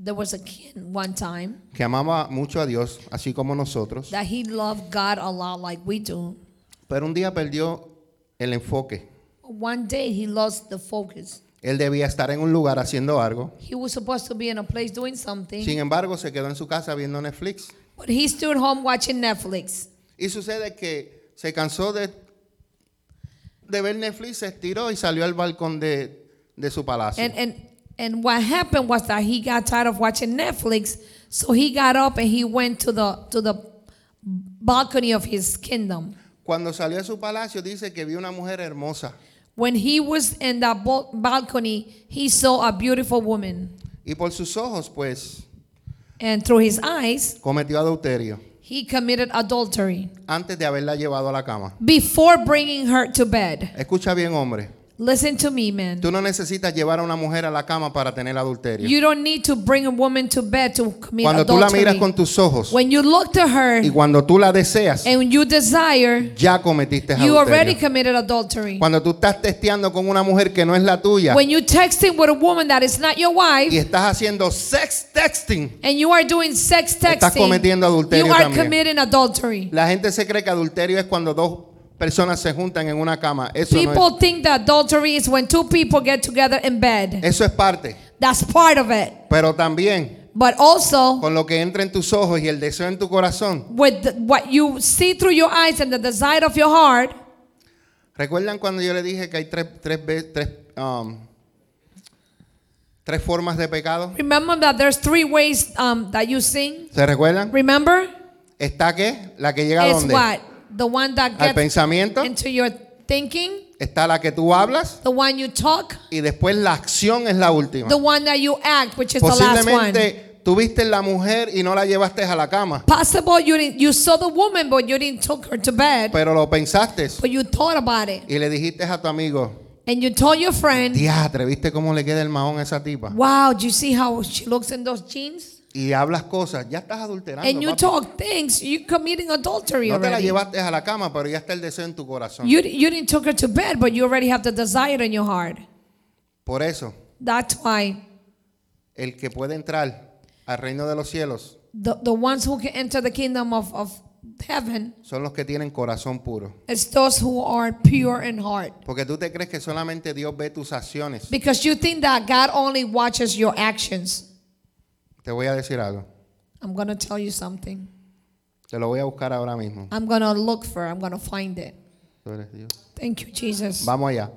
Speaker 2: There was a king one time
Speaker 1: que amaba mucho a Dios, así como nosotros,
Speaker 2: that he loved God a lot, like we do.
Speaker 1: pero un día perdió el enfoque.
Speaker 2: One day he lost the focus.
Speaker 1: Él debía estar en un lugar haciendo algo.
Speaker 2: He was supposed to be in a place doing something,
Speaker 1: Sin embargo, se quedó en su casa viendo Netflix.
Speaker 2: but he stood home watching Netflix.
Speaker 1: Y sucede que se cansó de, de ver Netflix, se estiró y salió al balcón de, de su palacio.
Speaker 2: And and and what happened was that he got tired of watching Netflix, so he got up and he went to the to the balcony of his kingdom.
Speaker 1: Cuando salió a su palacio dice que vio una mujer hermosa
Speaker 2: When he was in that bal- balcony, he saw a beautiful woman,
Speaker 1: y por sus ojos pues
Speaker 2: and through his eyes,
Speaker 1: cometió adulterio
Speaker 2: he committed adultery
Speaker 1: antes de haberla llevado a la cama.
Speaker 2: before bringing her to bed.
Speaker 1: Escucha bien hombre,
Speaker 2: Listen to me, man.
Speaker 1: tú no necesitas llevar a una mujer a la cama para tener adulterio.
Speaker 2: You don't need to bring a woman to bed to commit
Speaker 1: Cuando tú la
Speaker 2: adultery.
Speaker 1: miras con tus ojos
Speaker 2: when you look to her
Speaker 1: y cuando tú la deseas,
Speaker 2: and you desire,
Speaker 1: ya cometiste
Speaker 2: Eh. you already
Speaker 1: adulterio.
Speaker 2: committed adultery.
Speaker 1: Cuando tú estás testeando con una mujer que no es la tuya
Speaker 2: When you texting with a woman that is not your wife
Speaker 1: y estás haciendo sex texting,
Speaker 2: and you are doing sex texting,
Speaker 1: Estás cometiendo adulterio
Speaker 2: you are
Speaker 1: también.
Speaker 2: committing adultery.
Speaker 1: La gente se cree que adulterio es cuando dos personas se juntan en una cama. Eso, no es.
Speaker 2: People think that adultery is when two people get together in bed.
Speaker 1: Eso es parte.
Speaker 2: That's part of it.
Speaker 1: Pero también
Speaker 2: But also
Speaker 1: con lo que entra en tus ojos y el deseo en tu corazón.
Speaker 2: with the- what you see through your eyes and the desire of your heart,
Speaker 1: ¿Recuerdan cuando yo le dije que hay tres, tres, ve- tres, um, tres formas de pecado?
Speaker 2: remember that there's three ways um, that you sin.
Speaker 1: ¿Se recuerdan?
Speaker 2: Remember?
Speaker 1: ¿Está qué? La que llega a
Speaker 2: It's
Speaker 1: dónde?
Speaker 2: what? The one that
Speaker 1: Al
Speaker 2: gets
Speaker 1: pensamiento.
Speaker 2: into your thinking,
Speaker 1: Está la que tú hablas.
Speaker 2: the one you talk,
Speaker 1: Y después la acción es la última.
Speaker 2: the one that you act, which is the last one.
Speaker 1: Posiblemente tuviste la mujer y no la llevaste a la cama.
Speaker 2: Possible you didn't you saw the woman but you didn't took her to bed
Speaker 1: Pero lo pensaste.
Speaker 2: but you thought about it
Speaker 1: Y le dijiste a tu amigo,
Speaker 2: and you told your friend
Speaker 1: Diatre, ¿viste cómo le queda el mahón a esa tipa?
Speaker 2: wow do you see how she looks in those jeans
Speaker 1: Y hablas cosas, ya estás adulterando.
Speaker 2: and you
Speaker 1: papi.
Speaker 2: talk things you committing adultery
Speaker 1: no te la
Speaker 2: already
Speaker 1: llevaste a la cama, pero ya está el deseo en tu corazón.
Speaker 2: you, you didn't took her to bed but you already have the desire in your heart
Speaker 1: Por eso,
Speaker 2: that's why
Speaker 1: el que puede entrar al reino de los cielos
Speaker 2: the, the ones who can enter the kingdom of, of heaven
Speaker 1: son los que tienen corazón puro.
Speaker 2: is those who are pure in heart
Speaker 1: Porque tú te crees que solamente Dios ve tus acciones.
Speaker 2: because you think that God only watches your actions
Speaker 1: Te voy a decir algo.
Speaker 2: I'm gonna tell you something
Speaker 1: Te lo voy a buscar ahora mismo.
Speaker 2: I'm gonna look for I'm gonna find it
Speaker 1: Tú eres Dios.
Speaker 2: Thank you, Jesus.
Speaker 1: Vamos allá.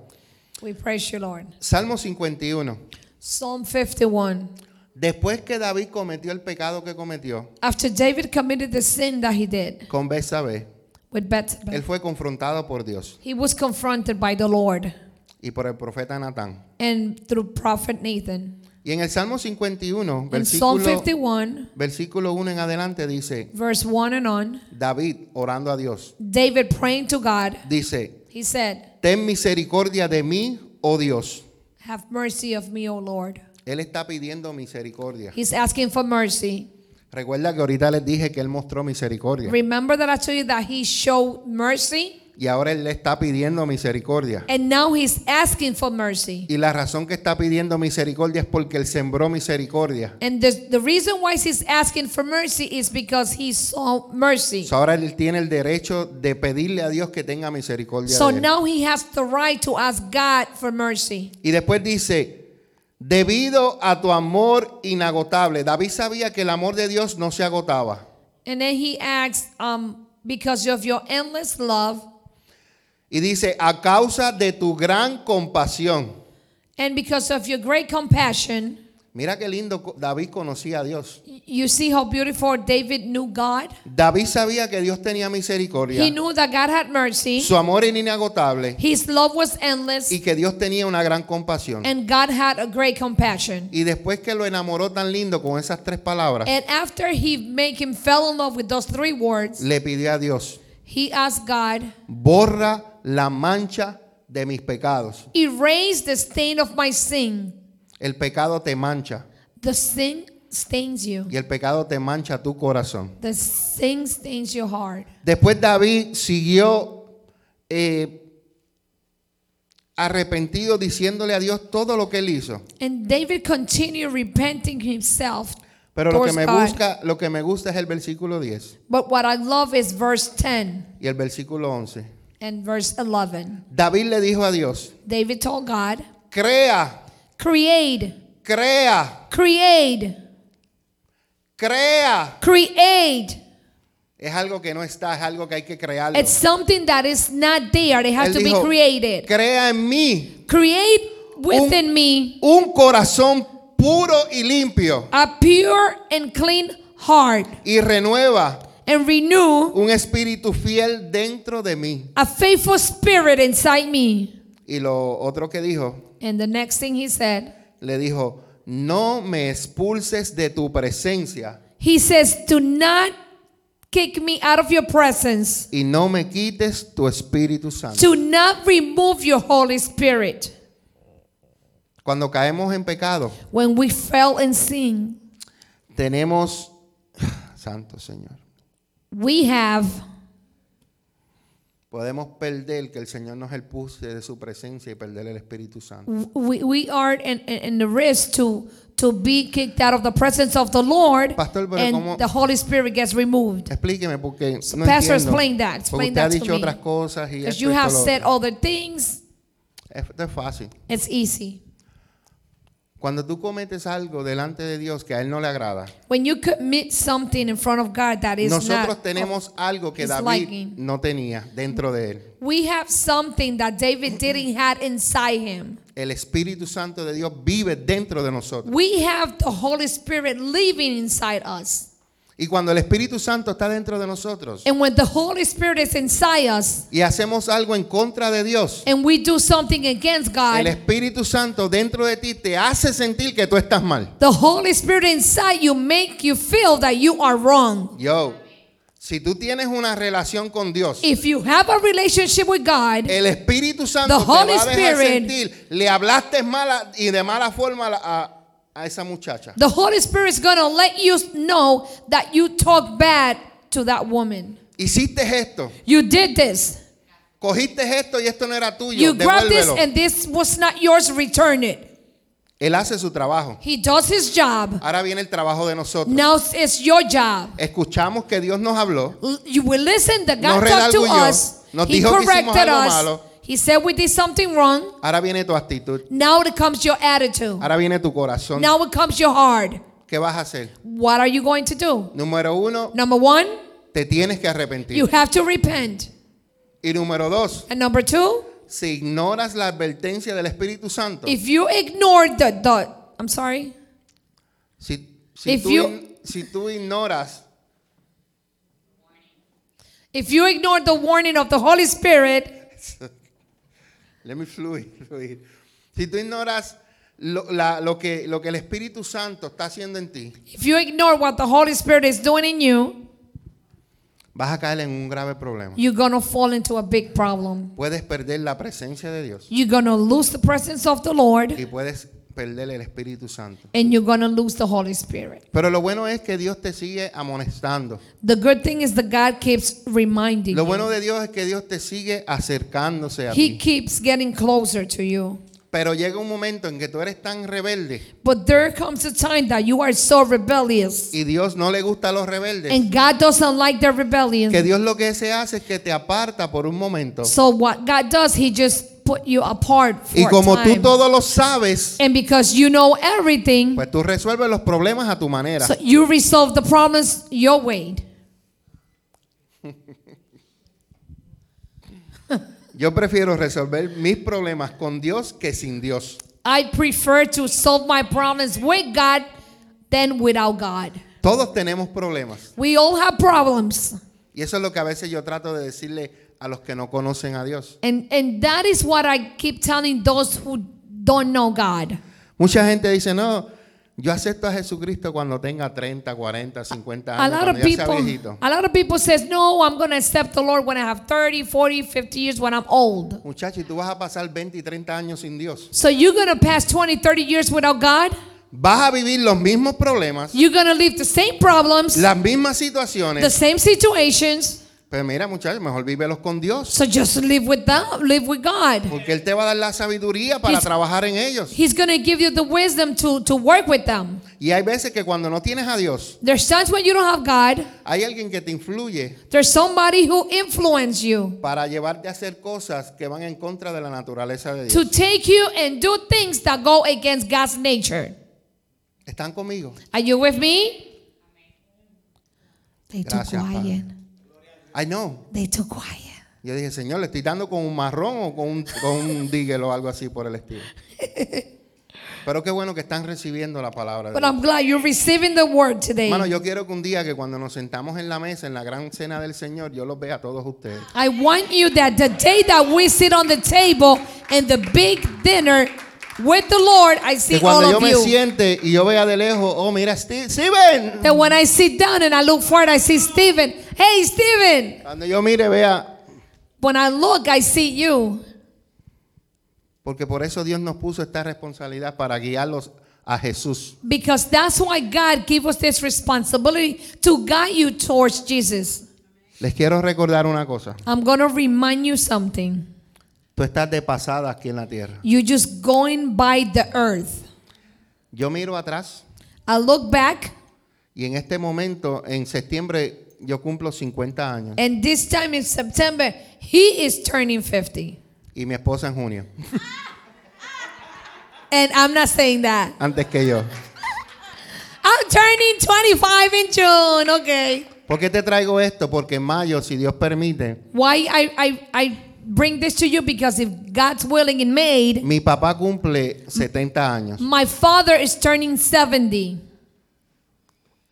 Speaker 2: We praise you, Lord.
Speaker 1: Salmo 51.
Speaker 2: Psalm 51.
Speaker 1: Después que David cometió el pecado que cometió
Speaker 2: After David committed the sin that he did
Speaker 1: con Betsabé,
Speaker 2: with Bathsheba,
Speaker 1: él fue confrontado por Dios
Speaker 2: he was confronted by the Lord
Speaker 1: y por el profeta Natán.
Speaker 2: and through prophet Nathan.
Speaker 1: Y en el Salmo 51,
Speaker 2: In
Speaker 1: versículo,
Speaker 2: Psalm 51,
Speaker 1: versículo 1 en adelante dice,
Speaker 2: verse 1 and on,
Speaker 1: David orando a Dios,
Speaker 2: David praying to God,
Speaker 1: dice,
Speaker 2: he said,
Speaker 1: ten misericordia de mí, oh Dios.
Speaker 2: Have mercy of me, O Lord.
Speaker 1: Él está pidiendo misericordia.
Speaker 2: He's asking for mercy.
Speaker 1: Recuerda que ahorita les dije que él mostró misericordia.
Speaker 2: Remember that I told you that he showed mercy?
Speaker 1: Y Y ahora él le está pidiendo misericordia.
Speaker 2: And now he's asking for mercy.
Speaker 1: Y la razón que está pidiendo misericordia es porque él sembró misericordia.
Speaker 2: And the, the reason why he's asking for mercy is because he saw mercy.
Speaker 1: So, ahora él tiene el derecho de pedirle a Dios que tenga misericordia.
Speaker 2: So
Speaker 1: de él.
Speaker 2: now he has the right to ask God for mercy.
Speaker 1: Y después dice, debido a tu amor inagotable, David sabía que el amor de Dios no se agotaba.
Speaker 2: And then he asks, um, because of your endless love
Speaker 1: Y dice, a causa de tu gran compasión.
Speaker 2: and because of your great compassion,
Speaker 1: Mira qué lindo co- David conocía a Dios.
Speaker 2: y- you see how beautiful David knew God.
Speaker 1: David sabía que Dios tenía
Speaker 2: He
Speaker 1: misericordia.
Speaker 2: knew that God had mercy.
Speaker 1: Su amor era inagotable
Speaker 2: His love was endless,
Speaker 1: y que Dios tenía una gran compasión.
Speaker 2: and God had a great compassion.
Speaker 1: Y después que lo enamoró tan lindo con esas tres palabras,
Speaker 2: And after he make him fell in love with those three words,
Speaker 1: le pidió a Dios,
Speaker 2: he asked God,
Speaker 1: borra la mancha de mis pecados.
Speaker 2: "Erase the stain of my sin.
Speaker 1: El pecado te mancha
Speaker 2: The sin stains you.
Speaker 1: y el pecado te mancha tu corazón.
Speaker 2: The sin stains your heart."
Speaker 1: Después David siguió eh, arrepentido diciéndole a Dios todo lo que él hizo.
Speaker 2: And David continued repenting himself.
Speaker 1: Pero lo que,
Speaker 2: towards
Speaker 1: me
Speaker 2: God.
Speaker 1: busca, lo que me gusta es el versículo 10
Speaker 2: But what I love is verse 10
Speaker 1: y el versículo 11.
Speaker 2: and verse 11.
Speaker 1: David le dijo a Dios,
Speaker 2: David told God,
Speaker 1: crea,
Speaker 2: "Create,
Speaker 1: crea,
Speaker 2: create,
Speaker 1: crea.
Speaker 2: create."
Speaker 1: Es algo que no está, es algo que hay que crearlo.
Speaker 2: It's something that is not there. They have
Speaker 1: Él
Speaker 2: to be
Speaker 1: dijo,
Speaker 2: created.
Speaker 1: Crea en mí
Speaker 2: Create within me
Speaker 1: un corazón puro y limpio
Speaker 2: a pure and clean heart
Speaker 1: y renueva
Speaker 2: and renew
Speaker 1: un espíritu fiel dentro de mí.
Speaker 2: a faithful spirit inside me.
Speaker 1: Y lo otro que dijo,
Speaker 2: And the next thing he said,
Speaker 1: le dijo, no me expulses de tu presencia
Speaker 2: he says, Do not kick me out of your presence.
Speaker 1: y no me quites tu Espíritu Santo.
Speaker 2: Do not remove your Holy Spirit.
Speaker 1: Cuando caemos en pecado,
Speaker 2: When we fell in sin,
Speaker 1: tenemos, Santo Señor,
Speaker 2: we have
Speaker 1: podemos perder que el Señor nos expulse de su presencia y perder el Espíritu Santo.
Speaker 2: we, we are in, in, in the risk to to be kicked out of the presence of the Lord
Speaker 1: Pastor, pero
Speaker 2: and
Speaker 1: ¿cómo-
Speaker 2: the Holy Spirit gets removed.
Speaker 1: Explíqueme porque no entiendo.
Speaker 2: Pastor, explain that,
Speaker 1: porque
Speaker 2: explain
Speaker 1: usted ha
Speaker 2: that to
Speaker 1: dicho
Speaker 2: me.
Speaker 1: otras cosas y
Speaker 2: Because
Speaker 1: esto,
Speaker 2: you
Speaker 1: esto,
Speaker 2: have
Speaker 1: lo
Speaker 2: said
Speaker 1: otro.
Speaker 2: other things,
Speaker 1: Esto es fácil.
Speaker 2: it's easy.
Speaker 1: Cuando tú cometes algo delante de Dios que a él no le agrada,
Speaker 2: When you commit something in front of God that is
Speaker 1: nosotros
Speaker 2: not
Speaker 1: tenemos algo que
Speaker 2: his
Speaker 1: David
Speaker 2: liking.
Speaker 1: no tenía dentro de él.
Speaker 2: we have something that David didn't had inside him.
Speaker 1: El Espíritu Santo de Dios vive dentro de nosotros.
Speaker 2: We have the Holy Spirit living inside us.
Speaker 1: Y cuando el Espíritu Santo está dentro de nosotros
Speaker 2: And when the Holy Spirit is inside us
Speaker 1: y hacemos algo en contra de Dios,
Speaker 2: and we do something against God,
Speaker 1: el Espíritu Santo dentro de ti te hace sentir que tú estás mal.
Speaker 2: The Holy Spirit inside you make you feel that you are wrong.
Speaker 1: Yo, si tú tienes una relación con Dios,
Speaker 2: If you have a relationship with God,
Speaker 1: El Espíritu Santo
Speaker 2: The
Speaker 1: te va
Speaker 2: Holy
Speaker 1: a dejar
Speaker 2: Spirit-
Speaker 1: sentir. Le hablaste mala y de mala forma a la- a, a esa muchacha.
Speaker 2: the Holy Spirit is going to let you know that you talk bad to that woman.
Speaker 1: Hiciste esto,
Speaker 2: You did this.
Speaker 1: cogiste esto y esto no era tuyo.
Speaker 2: You grabbed this
Speaker 1: Devuélvelo.
Speaker 2: and this was not yours. Return it.
Speaker 1: Él hace su trabajo.
Speaker 2: He does his job.
Speaker 1: Ahora viene el trabajo de nosotros.
Speaker 2: Now it's your job.
Speaker 1: Escuchamos que Dios nos habló.
Speaker 2: L- You will listen that God
Speaker 1: Nos
Speaker 2: talked to
Speaker 1: redarguyó.
Speaker 2: us.
Speaker 1: Nos
Speaker 2: he
Speaker 1: dijo que hicimos
Speaker 2: corrected
Speaker 1: algo
Speaker 2: us.
Speaker 1: malo.
Speaker 2: He said we did something wrong.
Speaker 1: Ahora viene tu actitud.
Speaker 2: Now it comes your attitude.
Speaker 1: Ahora viene tu corazón.
Speaker 2: Now it comes your heart.
Speaker 1: ¿Qué vas a hacer?
Speaker 2: What are you going to do?
Speaker 1: Número uno,
Speaker 2: Number one,
Speaker 1: te tienes que
Speaker 2: you
Speaker 1: arrepentir.
Speaker 2: have to repent.
Speaker 1: Y número dos,
Speaker 2: And number two,
Speaker 1: si ignoras la advertencia del Espíritu Santo,
Speaker 2: if you ignore the, the I'm sorry,
Speaker 1: si, si
Speaker 2: if
Speaker 1: tú,
Speaker 2: you-
Speaker 1: in- si tú ignoras
Speaker 2: if you ignore the warning of the Holy Spirit,
Speaker 1: Let me fluir, fluir. Si tú ignoras lo, la- lo que, lo que el Espíritu Santo está haciendo en ti,
Speaker 2: if you ignore what the Holy Spirit is doing in you,
Speaker 1: vas a caer en un grave problema.
Speaker 2: you're going to fall into a big problem.
Speaker 1: Puedes perder la presencia de Dios
Speaker 2: You're going to lose the presence of the Lord
Speaker 1: y puedes perder el Espíritu Santo.
Speaker 2: and you're going to lose the Holy Spirit.
Speaker 1: Pero lo bueno es que Dios te sigue amonestando.
Speaker 2: The good thing is that God keeps reminding
Speaker 1: Lo
Speaker 2: you.
Speaker 1: bueno de Dios es que Dios te sigue acercándose a
Speaker 2: He
Speaker 1: ti.
Speaker 2: keeps getting closer to you.
Speaker 1: Pero llega un momento en que tú eres tan rebelde
Speaker 2: But there comes a time that you are so rebellious.
Speaker 1: y Dios no le gusta a los rebeldes.
Speaker 2: And God doesn't like the rebellion.
Speaker 1: Que Dios lo que se hace es que te aparta por un momento.
Speaker 2: So what God does, He just put you apart for
Speaker 1: Y como
Speaker 2: a
Speaker 1: tú
Speaker 2: time.
Speaker 1: todo lo sabes,
Speaker 2: and because you know everything,
Speaker 1: pues tú resuelves los problemas a tu manera.
Speaker 2: so you resolve the problems your way.
Speaker 1: Yo prefiero resolver mis problemas con Dios que sin Dios.
Speaker 2: I prefer to solve my problems with God than without God.
Speaker 1: Todos tenemos problemas.
Speaker 2: We all have problems.
Speaker 1: Y eso es lo que a veces yo trato de decirle a los que no conocen a Dios.
Speaker 2: And and that is what I keep telling those who don't know God.
Speaker 1: Mucha gente dice, no, yo acepto a Jesucristo cuando tenga 30, 40, 50
Speaker 2: A
Speaker 1: años,
Speaker 2: lot
Speaker 1: Ah, cuando
Speaker 2: of
Speaker 1: ya sea
Speaker 2: people
Speaker 1: viejito.
Speaker 2: a lot of people says, "No, I'm going to accept the Lord when I have 30, 40, 50 years when I'm old."
Speaker 1: Muchacho, y tú vas a pasar 20 y 30 años sin Dios.
Speaker 2: So you're going to pass 20, 30 years without God?
Speaker 1: Vas a vivir los mismos problemas,
Speaker 2: You're going to live the same problems,
Speaker 1: las mismas
Speaker 2: the
Speaker 1: situaciones.
Speaker 2: same situations.
Speaker 1: Pero mira, muchachos, mejor vívelos con Dios.
Speaker 2: So just live with them, live with God.
Speaker 1: Porque Él te va a dar la sabiduría para
Speaker 2: He's-
Speaker 1: trabajar en ellos.
Speaker 2: He's going to give you the wisdom to to work with them.
Speaker 1: Y hay veces que cuando no tienes a Dios,
Speaker 2: There's times when you don't have God.
Speaker 1: hay alguien que te influye
Speaker 2: There's somebody who influence you
Speaker 1: para llevarte a hacer cosas que van en contra de la naturaleza de Dios.
Speaker 2: to take you and do things that go against God's nature.
Speaker 1: ¿Están conmigo?
Speaker 2: Are you with me? They too
Speaker 1: Gracias, Padre.
Speaker 2: quiet.
Speaker 1: I know.
Speaker 2: They too quiet.
Speaker 1: Yo dije, Señor, le estoy dando con un marrón o con un, con un digel o algo así por el estilo. Pero qué bueno que están recibiendo la palabra de
Speaker 2: But
Speaker 1: Dios.
Speaker 2: I'm glad you're receiving the word today.
Speaker 1: Hermano, yo quiero que un día que cuando nos sentamos en la mesa, en la gran cena del Señor, yo los vea a todos ustedes.
Speaker 2: I want you that the day that we sit on the table and the big dinner with the Lord, I
Speaker 1: Que
Speaker 2: see all
Speaker 1: cuando yo
Speaker 2: of
Speaker 1: me
Speaker 2: you.
Speaker 1: siente y yo vea de lejos, oh, mira, Steve- Steven.
Speaker 2: that when I sit down and I look forward, I see Stephen. Hey, Stephen.
Speaker 1: Cuando yo mire, vea,
Speaker 2: When I look, I see you.
Speaker 1: porque por eso Dios nos puso esta responsabilidad para guiarlos a Jesús.
Speaker 2: Because that's why God gave us this responsibility to guide you towards Jesus.
Speaker 1: Les quiero recordar una cosa.
Speaker 2: I'm going to remind you something.
Speaker 1: Tú estás de pasada aquí en la tierra.
Speaker 2: You're just going by the earth.
Speaker 1: Yo miro atrás
Speaker 2: I look back,
Speaker 1: y en este momento, en septiembre, yo cumplo 50 años
Speaker 2: and this time in September, he is turning 50.
Speaker 1: y mi esposa en junio,
Speaker 2: And I'm not saying that.
Speaker 1: antes que yo.
Speaker 2: I'm turning 25 in June, okay?
Speaker 1: ¿Por qué te traigo esto? Porque en mayo, si Dios permite,
Speaker 2: Why I, I, I bring this to you because if God's willing and made,
Speaker 1: mi papá cumple 70 años
Speaker 2: my father is turning 70.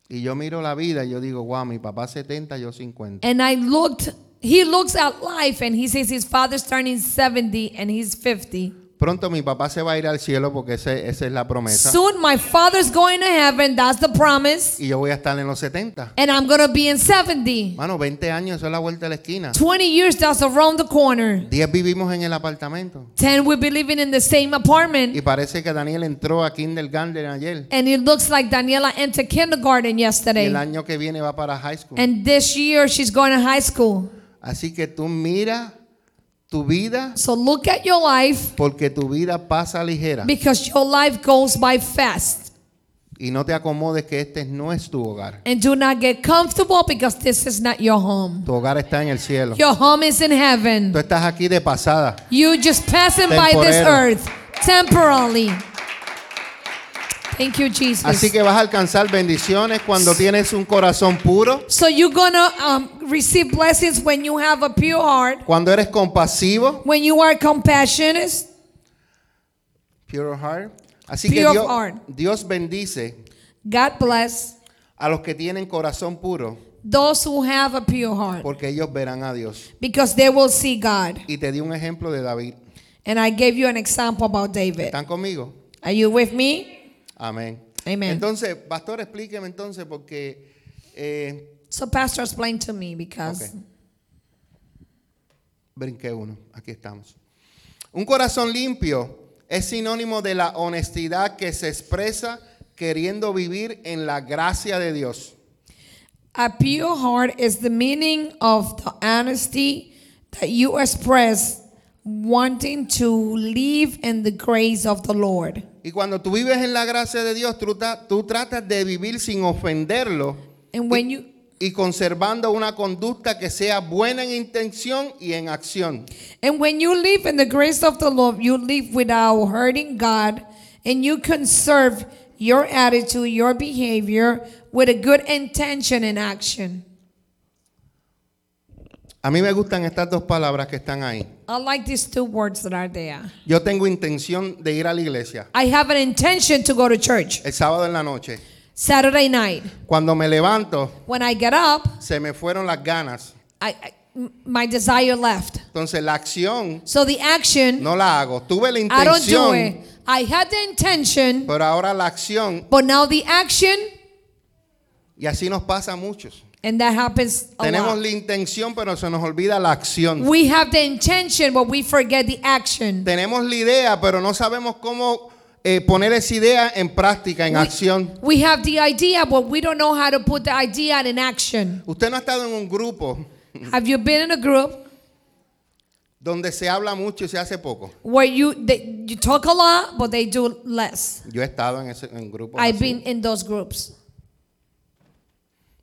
Speaker 1: y yo miro la vida y yo digo, wow, mi papá 70, yo 50.
Speaker 2: And I looked, he looks at life and he says his father's turning 70 and he's 50.
Speaker 1: Pronto mi papá se va a ir al cielo porque ese- esa es la promesa
Speaker 2: Soon my father's going to heaven, that's the promise.
Speaker 1: y yo voy a estar en los 70.
Speaker 2: And I'm going to be in 70.
Speaker 1: Mano, 20 años, eso es la vuelta de la esquina.
Speaker 2: 20 years, that's around the corner.
Speaker 1: 10 vivimos en el apartamento.
Speaker 2: 10 will be living in the same apartment.
Speaker 1: Y parece que Daniel entró a kindergarten ayer.
Speaker 2: And it looks like Daniela entered kindergarten
Speaker 1: Y el
Speaker 2: yesterday.
Speaker 1: año que viene va para high school.
Speaker 2: And this year she's going to high school.
Speaker 1: Así que tú mira tu vida
Speaker 2: So look at your life
Speaker 1: porque tu vida pasa ligera.
Speaker 2: because your life goes by fast.
Speaker 1: Y no te acomodes que este no es tu hogar.
Speaker 2: And do not get comfortable because this is not your home.
Speaker 1: Tu hogar está en el cielo.
Speaker 2: Your home is in heaven.
Speaker 1: Tú estás aquí de pasada.
Speaker 2: You just passing by this
Speaker 1: Temporero.
Speaker 2: earth temporarily. Thank you, Jesus.
Speaker 1: Así que vas a alcanzar bendiciones cuando tienes un corazón puro,
Speaker 2: So you're gonna um, receive blessings when you have a pure heart,
Speaker 1: cuando eres compasivo,
Speaker 2: when you are compassionate.
Speaker 1: pure heart. Así que
Speaker 2: Pure
Speaker 1: Dios,
Speaker 2: heart.
Speaker 1: Dios bendice
Speaker 2: God bless
Speaker 1: a los que tienen corazón puro
Speaker 2: those who have a pure heart,
Speaker 1: porque ellos verán a Dios.
Speaker 2: because they will see God.
Speaker 1: Y te di un ejemplo de David.
Speaker 2: And I gave you an example about David.
Speaker 1: ¿Están conmigo?
Speaker 2: Are you with me?
Speaker 1: Amén.
Speaker 2: Amen.
Speaker 1: Entonces, pastor, explíqueme entonces porque eh,
Speaker 2: So pastor explained to me because
Speaker 1: Ok. brinqué uno. Aquí estamos. Un corazón limpio es sinónimo de la honestidad que se expresa queriendo vivir en la gracia de Dios.
Speaker 2: A pure heart is the meaning of the honesty that you express wanting to live in the grace of the Lord.
Speaker 1: Y cuando tú vives en la gracia de Dios, tú, tra- tú tratas de vivir sin ofenderlo
Speaker 2: And when you
Speaker 1: y conservando una conducta que sea buena en intención y en acción.
Speaker 2: and when you live in the grace of the Lord, you live without hurting God and you conserve your attitude, your behavior with a good intention and action.
Speaker 1: A mí me gustan estas dos palabras que están ahí.
Speaker 2: I like these two words that are there.
Speaker 1: Yo tengo intención de ir a la iglesia
Speaker 2: I have an intention to go to church
Speaker 1: el sábado en la noche.
Speaker 2: Saturday night.
Speaker 1: Cuando me levanto,
Speaker 2: When I get up,
Speaker 1: se me fueron las ganas.
Speaker 2: I, I- m- my desire left.
Speaker 1: Entonces la acción
Speaker 2: So the action,
Speaker 1: no la hago. Tuve la
Speaker 2: I don't do it.
Speaker 1: intención,
Speaker 2: I had the intention,
Speaker 1: pero ahora la acción,
Speaker 2: but now the action,
Speaker 1: y así nos pasa a muchos.
Speaker 2: and that happens a
Speaker 1: Tenemos
Speaker 2: lot.
Speaker 1: la intención, pero se nos olvida la acción.
Speaker 2: We have the intention, but we forget the action.
Speaker 1: Tenemos la idea, pero no sabemos cómo eh, poner esa idea en práctica, en acción.
Speaker 2: We have the idea, but we don't know how to put the idea in action.
Speaker 1: Usted no ha estado en un grupo
Speaker 2: have you been in a group
Speaker 1: donde se habla mucho y se hace poco.
Speaker 2: where you they, you talk a lot, but they do less?
Speaker 1: Yo he estado en ese en grupos
Speaker 2: I've
Speaker 1: así.
Speaker 2: been in those groups.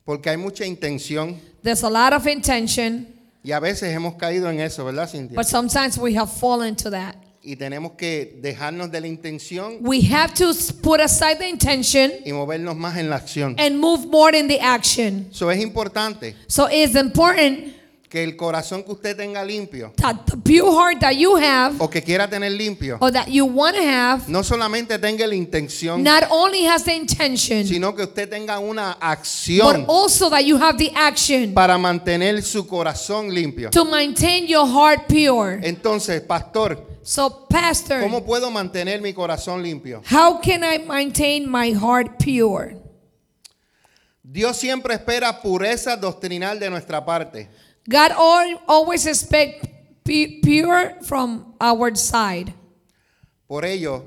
Speaker 1: porque hay mucha intención
Speaker 2: There's a lot of intention,
Speaker 1: y a veces hemos caído en eso, ¿verdad, Cintia?
Speaker 2: but sometimes we have fallen to that.
Speaker 1: Y tenemos que dejarnos de la intención
Speaker 2: We have to s- put aside the intention
Speaker 1: y movernos más en la acción.
Speaker 2: and move more in the action.
Speaker 1: Eso es importante
Speaker 2: So it's important
Speaker 1: que el corazón que usted tenga limpio
Speaker 2: that the pure heart that you have
Speaker 1: o que quiera tener limpio
Speaker 2: or that you want to have
Speaker 1: no solamente tenga la intención,
Speaker 2: not only has the intention,
Speaker 1: sino que usted tenga una
Speaker 2: but
Speaker 1: acción
Speaker 2: also that you have the action
Speaker 1: para mantener su corazón limpio.
Speaker 2: to maintain your heart pure.
Speaker 1: Entonces, pastor,
Speaker 2: So, Pastor,
Speaker 1: Eh. ¿cómo puedo mantener mi corazón limpio?
Speaker 2: how can I maintain my heart pure?
Speaker 1: Dios siempre espera pureza doctrinal de nuestra parte.
Speaker 2: God al- always expect pu- pure from our side.
Speaker 1: Por ello,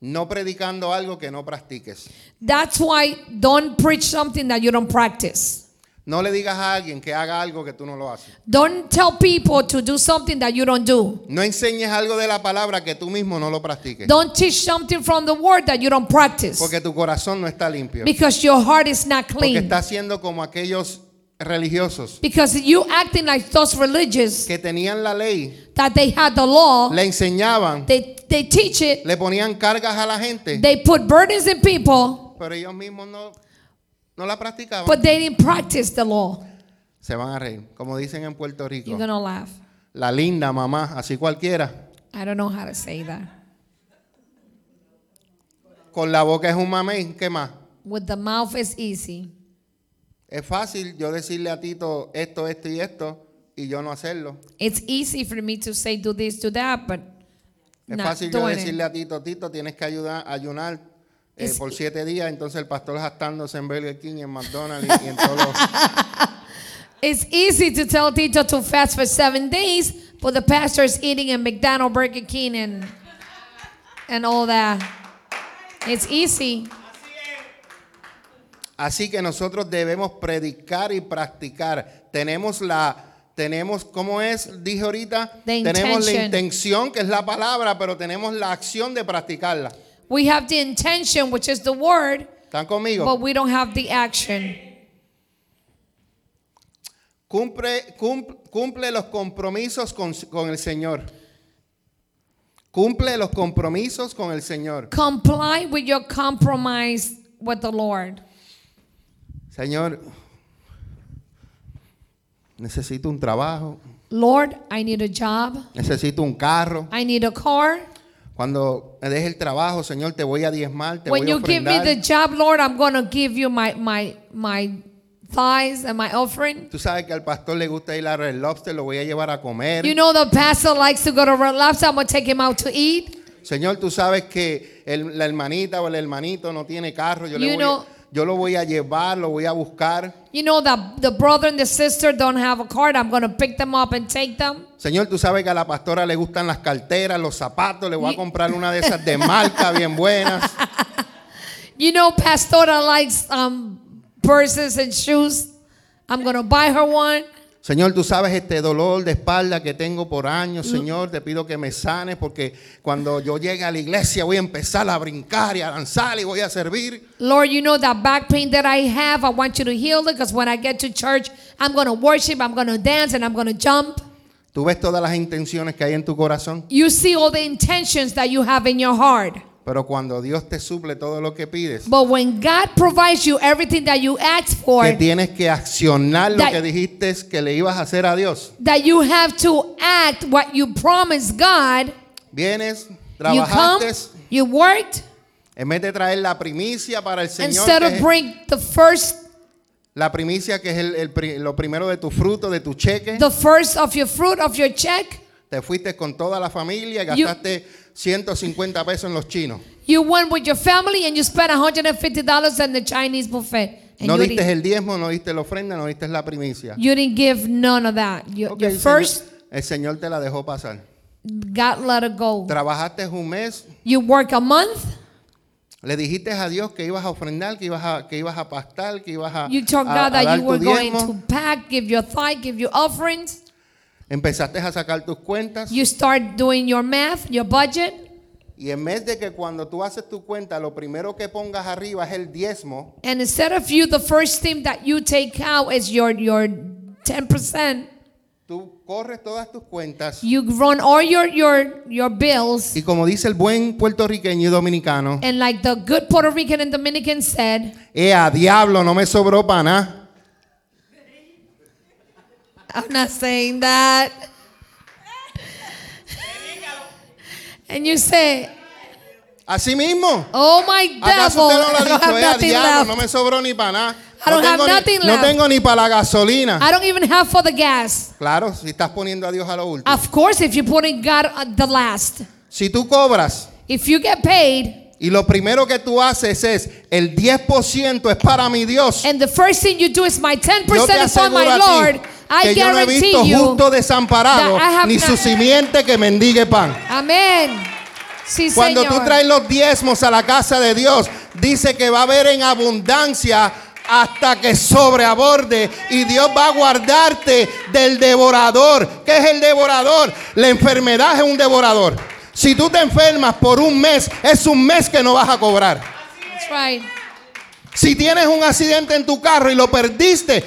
Speaker 1: no predicando algo que no practiques.
Speaker 2: That's why don't preach something that you don't practice.
Speaker 1: No le digas a alguien que haga algo que tú no lo haces.
Speaker 2: Don't tell people to do something that you don't do.
Speaker 1: No enseñes algo de la palabra que tú mismo no lo practiques.
Speaker 2: Don't teach something from the word that you don't practice.
Speaker 1: Porque tu corazón no está limpio.
Speaker 2: Because your heart is not
Speaker 1: Porque
Speaker 2: clean.
Speaker 1: está siendo como aquellos religiosos
Speaker 2: Because you acting like those religious
Speaker 1: que tenían la ley,
Speaker 2: that they had the law,
Speaker 1: le enseñaban,
Speaker 2: they, they teach it,
Speaker 1: le ponían cargas a la gente,
Speaker 2: they put burdens in people,
Speaker 1: pero ellos mismos no, no la practicaban.
Speaker 2: but they didn't practice the law.
Speaker 1: Se van a reír, como dicen en Puerto Rico.
Speaker 2: You're gonna laugh.
Speaker 1: La linda mamá, así cualquiera,
Speaker 2: I don't know how to say that.
Speaker 1: con la boca es un mamey, ¿qué más?
Speaker 2: With the mouth is easy.
Speaker 1: Es fácil yo decirle a Tito esto, esto y esto y yo no hacerlo.
Speaker 2: It's easy for me to say do this, do that, but
Speaker 1: Es
Speaker 2: not
Speaker 1: fácil yo
Speaker 2: doing
Speaker 1: decirle
Speaker 2: it.
Speaker 1: a Tito, Tito, tienes que ayudar, ayunar eh,
Speaker 2: Es-
Speaker 1: por siete días. Entonces el pastor jactándose en Burger King, en McDonald's y, y en todos los-
Speaker 2: It's easy to tell Tito to fast for seven days, but the pastor is eating in McDonald's, Burger King, and and all that. It's easy.
Speaker 1: Así que nosotros debemos predicar y practicar. Tenemos la... Tenemos, ¿cómo es? Dije ahorita,
Speaker 2: The
Speaker 1: tenemos la
Speaker 2: intention.
Speaker 1: intención, que es la palabra, pero tenemos la acción de practicarla.
Speaker 2: We have the intention, which is the word,
Speaker 1: ¿Están conmigo?
Speaker 2: but we don't have the action.
Speaker 1: Cumple, cum- cumple los compromisos con, con el Señor. Cumple los compromisos con el Señor.
Speaker 2: Comply with your compromise with the Lord.
Speaker 1: Señor, necesito un trabajo,
Speaker 2: Lord, I need a job.
Speaker 1: necesito un carro.
Speaker 2: I need a car.
Speaker 1: Cuando me deje el trabajo, Señor, te voy a diezmar, te
Speaker 2: When
Speaker 1: voy a
Speaker 2: you give me
Speaker 1: ofrendar.
Speaker 2: the job, Lord, I'm gonna give you my my my thighs and my offering.
Speaker 1: Tú sabes que al pastor le gusta ir a Red Lobster, lo voy a llevar a comer.
Speaker 2: You know the pastor likes to go to Red Lobster. I'm gonna take him out to eat.
Speaker 1: Señor, tú sabes que el- la hermanita o el hermanito no tiene carro, yo le
Speaker 2: You
Speaker 1: voy a-
Speaker 2: know-
Speaker 1: yo lo voy a llevar, lo voy a buscar.
Speaker 2: You know that the brother and the sister don't have a card. I'm going to pick them up and take them.
Speaker 1: Señor, tú sabes que a la pastora le gustan las carteras, los zapatos, le voy a comprar una de esas de marca bien buenas.
Speaker 2: You know Pastora likes um, purses and shoes. I'm going to buy her one.
Speaker 1: Señor, tú sabes este dolor de espalda que tengo por años, Señor, te pido que me sanes porque cuando yo llegue a la iglesia voy a empezar a brincar y a danzar y voy a servir.
Speaker 2: Lord, you know that back pain that I have. I want you to heal it because when I get to church, I'm going to worship, I'm going to dance, and I'm going to jump.
Speaker 1: Tú ves todas las intenciones que hay en tu corazón,
Speaker 2: You see all the intentions that you have in your heart.
Speaker 1: pero cuando Dios te suple todo lo que pides,
Speaker 2: But when God provides you everything that you ask for,
Speaker 1: que tienes que accionar lo
Speaker 2: That-
Speaker 1: que dijiste es que le ibas a hacer a Dios.
Speaker 2: that you have to act what you promised God,
Speaker 1: Vienes,
Speaker 2: you come,
Speaker 1: trabajaste,
Speaker 2: you worked,
Speaker 1: en vez de traer la primicia para el Señor,
Speaker 2: instead
Speaker 1: que
Speaker 2: of
Speaker 1: es-
Speaker 2: bring the first,
Speaker 1: la primicia que es el- el pri- lo primero de tu fruto, de tu cheque.
Speaker 2: the first of your fruit of your check,
Speaker 1: Te fuiste con toda la familia y
Speaker 2: You-
Speaker 1: gastaste 150 pesos en los chinos.
Speaker 2: you went with your family and you spent $150 at the Chinese buffet. And
Speaker 1: No
Speaker 2: you,
Speaker 1: diste
Speaker 2: didn't,
Speaker 1: el diezmo, no diste la ofrenda, no diste la primicia.
Speaker 2: you didn't give none of that. You,
Speaker 1: Ok,
Speaker 2: your
Speaker 1: el
Speaker 2: first,
Speaker 1: Señor- el Señor te la dejó pasar.
Speaker 2: God let it go.
Speaker 1: Trabajaste un mes,
Speaker 2: You work a month,
Speaker 1: le dijiste a Dios que ibas a ofrendar, que ibas a, que ibas a pastar, que ibas a,
Speaker 2: you told
Speaker 1: a-
Speaker 2: God
Speaker 1: a
Speaker 2: that
Speaker 1: dar
Speaker 2: you
Speaker 1: tu
Speaker 2: were going
Speaker 1: diezmo.
Speaker 2: to pack, give your tithe, give your offerings.
Speaker 1: Empezaste a sacar tus cuentas
Speaker 2: You start doing your math, your budget.
Speaker 1: y en vez de que cuando tú haces tu cuenta, lo primero que pongas arriba es el diezmo,
Speaker 2: And instead of you, the first thing that you take out is your your ten percent.
Speaker 1: tú corres todas tus cuentas
Speaker 2: You run all your your your bills,
Speaker 1: y como dice el buen puertorriqueño y dominicano,
Speaker 2: and like the good Puerto Rican and Dominican said,
Speaker 1: Eh, a diablo, no me sobró para nada.
Speaker 2: "I'm not saying that." and you say,
Speaker 1: Así mismo.
Speaker 2: "Oh my
Speaker 1: ¿Acaso
Speaker 2: devil,
Speaker 1: Ah, usted no lo ha
Speaker 2: I don't
Speaker 1: dicho?
Speaker 2: have
Speaker 1: Eh, a
Speaker 2: nothing
Speaker 1: diablo, no
Speaker 2: left.
Speaker 1: me sobró ni para nada.
Speaker 2: I don't
Speaker 1: no
Speaker 2: have
Speaker 1: tengo ni,
Speaker 2: nothing
Speaker 1: no
Speaker 2: left.
Speaker 1: tengo ni para la gasolina.
Speaker 2: I don't even have for the gas."
Speaker 1: Claro, si estás poniendo a Dios a lo último.
Speaker 2: Of course, if you put in God at the last,
Speaker 1: Si tú cobras
Speaker 2: if you get paid.
Speaker 1: y lo primero que tú haces es el 10% es para mi Dios.
Speaker 2: And the first thing you do is my 10%
Speaker 1: Yo te
Speaker 2: is for
Speaker 1: aseguro a
Speaker 2: my
Speaker 1: ti
Speaker 2: Lord. I
Speaker 1: que yo no he
Speaker 2: guarantee
Speaker 1: visto
Speaker 2: you.
Speaker 1: justo desamparado
Speaker 2: that I have
Speaker 1: ni su
Speaker 2: not-
Speaker 1: simiente que mendigue pan.
Speaker 2: Amén. Sí,
Speaker 1: Cuando tú
Speaker 2: Señor.
Speaker 1: traes los diezmos a la casa de Dios, dice que va a haber en abundancia hasta que sobreaborde y Dios va a guardarte del devorador. ¿Qué es el devorador? La enfermedad es un devorador. Si tú te enfermas por un mes, es un mes que no vas a cobrar.
Speaker 2: That's right.
Speaker 1: Si tienes un accidente en tu carro y lo perdiste,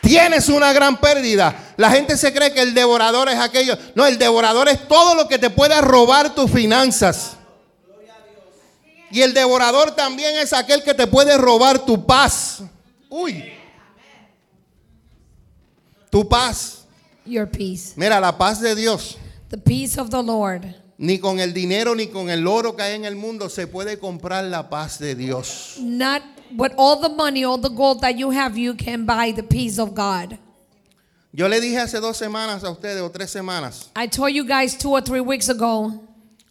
Speaker 1: tienes una gran pérdida. La gente se cree que el devorador es aquello. No, el devorador es todo lo que te pueda robar tus finanzas. Y el devorador también es aquel que te puede robar tu paz. Uy. Tu paz.
Speaker 2: Your peace.
Speaker 1: Mira, la paz de Dios.
Speaker 2: The peace of the Lord.
Speaker 1: Ni con el dinero ni con el oro que hay en el mundo se puede comprar la paz de Dios.
Speaker 2: Not with all the money, all the gold that you have, you can buy the peace of God.
Speaker 1: Yo le dije hace dos semanas a ustedes o tres semanas.
Speaker 2: I told you guys two or three weeks ago.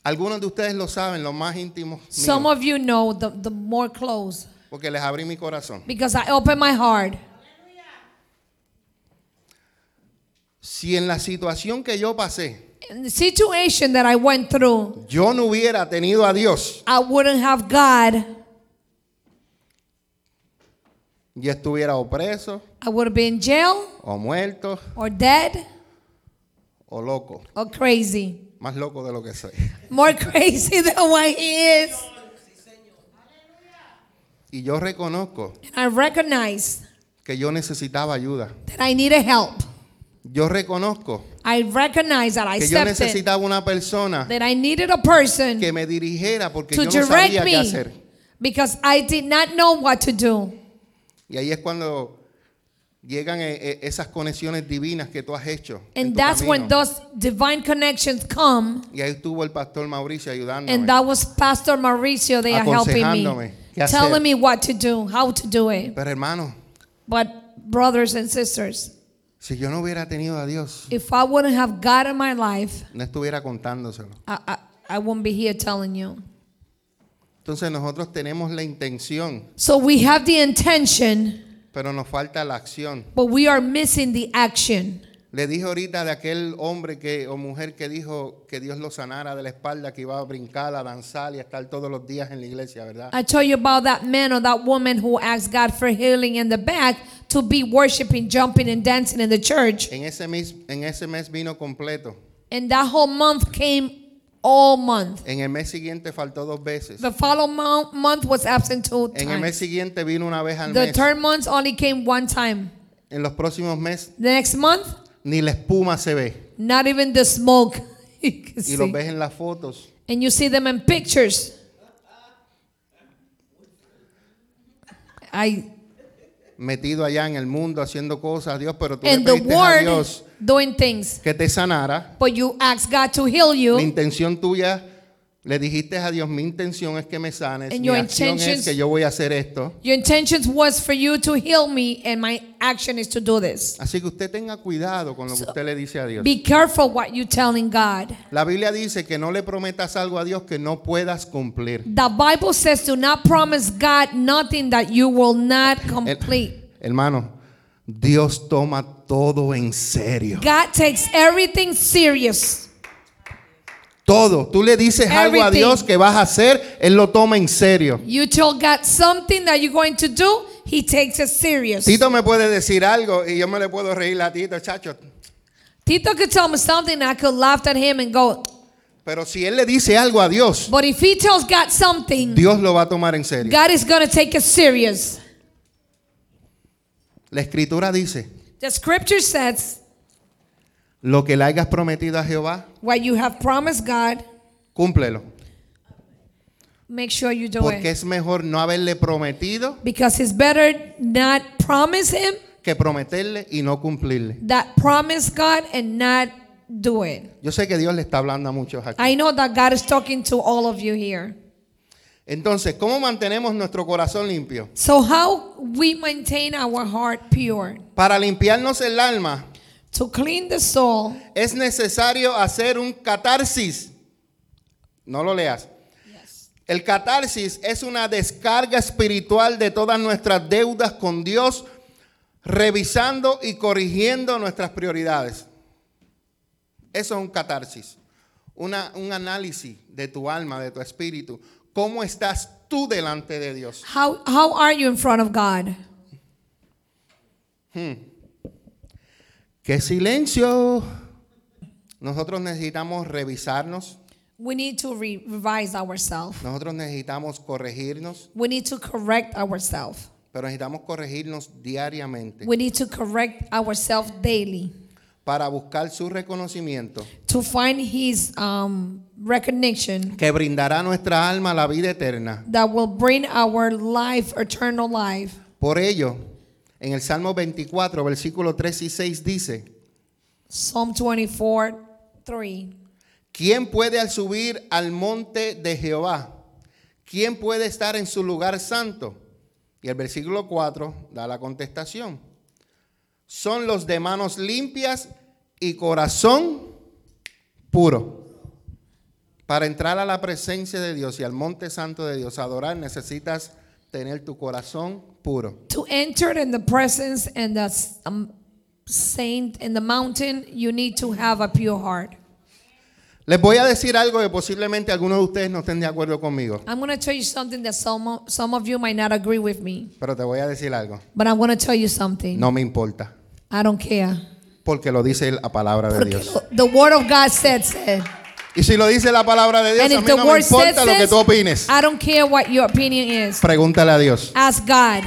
Speaker 1: Algunos de ustedes lo saben, los más íntimos, míos,
Speaker 2: Some of you know the, the more close
Speaker 1: porque les abrí mi corazón.
Speaker 2: because I opened my heart.
Speaker 1: Si en la situación que yo pasé,
Speaker 2: In the situation that I went through,
Speaker 1: yo no hubiera tenido a Dios,
Speaker 2: I wouldn't have God.
Speaker 1: yo estuviera o preso,
Speaker 2: I would have been in jail
Speaker 1: o muerto,
Speaker 2: or dead
Speaker 1: o loco.
Speaker 2: or crazy.
Speaker 1: Más loco de lo que soy.
Speaker 2: More crazy than what he is.
Speaker 1: Y yo reconozco
Speaker 2: And I recognize
Speaker 1: que yo necesitaba ayuda.
Speaker 2: that I needed help.
Speaker 1: Yo reconozco
Speaker 2: I recognize that I
Speaker 1: que yo
Speaker 2: stepped in,
Speaker 1: necesitaba una persona
Speaker 2: that I needed a person
Speaker 1: que me dirigiera porque yo
Speaker 2: to
Speaker 1: no
Speaker 2: direct
Speaker 1: sabía qué
Speaker 2: me
Speaker 1: hacer.
Speaker 2: because I did not know what to do.
Speaker 1: Y ahí es cuando llegan eh, eh, esas conexiones divinas que tú has hecho. en
Speaker 2: And
Speaker 1: tu
Speaker 2: that's when
Speaker 1: camino.
Speaker 2: those divine connections come.
Speaker 1: Y ahí estuvo el pastor Mauricio ayudándome.
Speaker 2: And that was Pastor Mauricio there helping
Speaker 1: Aconsejándome
Speaker 2: me,
Speaker 1: qué hacer.
Speaker 2: telling me what to do, how to do it.
Speaker 1: Pero hermano,
Speaker 2: But, brothers and sisters,
Speaker 1: si yo no hubiera tenido a Dios,
Speaker 2: if I wouldn't have God in my life,
Speaker 1: no estuviera contándoselo.
Speaker 2: I, I, I wouldn't be here telling you.
Speaker 1: Entonces nosotros tenemos la intención,
Speaker 2: So we have the intention,
Speaker 1: pero nos falta la acción.
Speaker 2: but we are missing the action.
Speaker 1: Le dije ahorita de aquel hombre que, o mujer que dijo que Dios lo sanara de la espalda, que iba a brincar, a danzar y a estar todos los días en la iglesia, ¿verdad?
Speaker 2: I told you about that man or that woman who asked God for healing in the back to be worshiping, jumping, and dancing in the church.
Speaker 1: En ese, mes, en ese mes vino completo.
Speaker 2: And that whole month came all month.
Speaker 1: En el mes siguiente faltó dos veces.
Speaker 2: The following mo- month was absent two
Speaker 1: En el mes
Speaker 2: times.
Speaker 1: siguiente vino una vez al
Speaker 2: The
Speaker 1: mes.
Speaker 2: third month only came one time.
Speaker 1: En los próximos meses
Speaker 2: The next month,
Speaker 1: ni la espuma se ve.
Speaker 2: not even the smoke. you can
Speaker 1: Y los
Speaker 2: see.
Speaker 1: ves en las fotos.
Speaker 2: And you see them in pictures. I
Speaker 1: metido allá en el mundo haciendo cosas, Dios, pero tú le
Speaker 2: in the
Speaker 1: pediste a
Speaker 2: word
Speaker 1: Dios
Speaker 2: doing things.
Speaker 1: que te sanara.
Speaker 2: But you ask God to heal you.
Speaker 1: La intención tuya, le dijiste a Dios, mi intención es que me sanes,
Speaker 2: And
Speaker 1: mi
Speaker 2: your
Speaker 1: acción es
Speaker 2: intentions-
Speaker 1: que yo voy a hacer esto.
Speaker 2: Your intentions was for you to heal me, and my action is to do this.
Speaker 1: Así que usted tenga cuidado con lo que usted le dice a Dios.
Speaker 2: Be careful what you telling God.
Speaker 1: La Biblia dice que no le prometas algo a Dios que no puedas cumplir.
Speaker 2: The Bible says, "Do not promise God nothing that you will not
Speaker 1: El-
Speaker 2: complete."
Speaker 1: hermano, Dios toma todo en serio.
Speaker 2: God takes everything serious.
Speaker 1: Todo. Tú le dices algo a
Speaker 2: Everything.
Speaker 1: Dios que vas a hacer, Él lo toma en serio.
Speaker 2: You tell God something that you're going to do, He takes it serious.
Speaker 1: Tito me puede decir algo y yo me le puedo reír a Tito, chacho.
Speaker 2: Tito could tell me something, I could laugh at him and go.
Speaker 1: Pero si él le dice algo a Dios,
Speaker 2: But if he tells God something,
Speaker 1: Dios lo va a tomar en serio.
Speaker 2: God is going to take it serious.
Speaker 1: La escritura dice,
Speaker 2: The Scripture says,
Speaker 1: lo que le hayas prometido a Jehová,
Speaker 2: "What you have promised God."
Speaker 1: cúmplelo.
Speaker 2: Make sure you do
Speaker 1: Porque
Speaker 2: it.
Speaker 1: es mejor no haberle prometido
Speaker 2: Because it's better not promise him
Speaker 1: que prometerle y no cumplirle.
Speaker 2: that promise God and not do it.
Speaker 1: Yo sé que Dios le está hablando a muchos aquí.
Speaker 2: I know that God is talking to all of you here.
Speaker 1: Entonces, ¿cómo mantenemos nuestro corazón limpio?
Speaker 2: So how we maintain our heart pure?
Speaker 1: Para limpiarnos el alma
Speaker 2: To clean the soul,
Speaker 1: es necesario hacer un catarsis. No lo leas. El catarsis es una descarga espiritual de todas nuestras deudas con Dios, revisando y corrigiendo nuestras prioridades. Eso es un catarsis, una- un análisis de tu alma, de tu espíritu. ¿Cómo estás tú delante de Dios?
Speaker 2: how how are you in front of God?
Speaker 1: ¡Qué silencio! Nosotros necesitamos revisarnos,
Speaker 2: We need to re- revise ourselves.
Speaker 1: nosotros necesitamos corregirnos,
Speaker 2: We need to correct ourselves.
Speaker 1: pero necesitamos corregirnos diariamente
Speaker 2: We need to correct ourselves daily
Speaker 1: para buscar su reconocimiento.
Speaker 2: to find His um, recognition.
Speaker 1: que brindará a nuestra alma la vida eterna.
Speaker 2: that will bring our life, eternal life.
Speaker 1: Por ello, en el Salmo 24, versículo 3 y 6 dice,
Speaker 2: Psalm 24, 3.
Speaker 1: ¿quién puede al subir al monte de Jehová? ¿Quién puede estar en su lugar santo? Y el versículo 4 da la contestación. Son los de manos limpias y corazón puro. Para entrar a la presencia de Dios y al monte santo de Dios a adorar necesitas tener tu corazón puro.
Speaker 2: To enter in the presence and the s- um, saint in the mountain, you need to have a pure heart.
Speaker 1: Les voy a decir algo que posiblemente algunos de ustedes no estén de acuerdo conmigo,
Speaker 2: I'm going to tell you something that some of, some of you might not agree with me,
Speaker 1: pero te voy a decir algo.
Speaker 2: but I'm going to tell you something.
Speaker 1: No me importa,
Speaker 2: I don't care.
Speaker 1: porque lo dice la palabra de
Speaker 2: Porque
Speaker 1: Dios.
Speaker 2: the word of God says it.
Speaker 1: Y si lo dice la palabra de Dios,
Speaker 2: And
Speaker 1: a
Speaker 2: if
Speaker 1: mí
Speaker 2: the
Speaker 1: no me
Speaker 2: word says
Speaker 1: importa lo que
Speaker 2: it,
Speaker 1: tú opines.
Speaker 2: I don't care what your opinion is.
Speaker 1: Pregúntale a Dios.
Speaker 2: Ask God.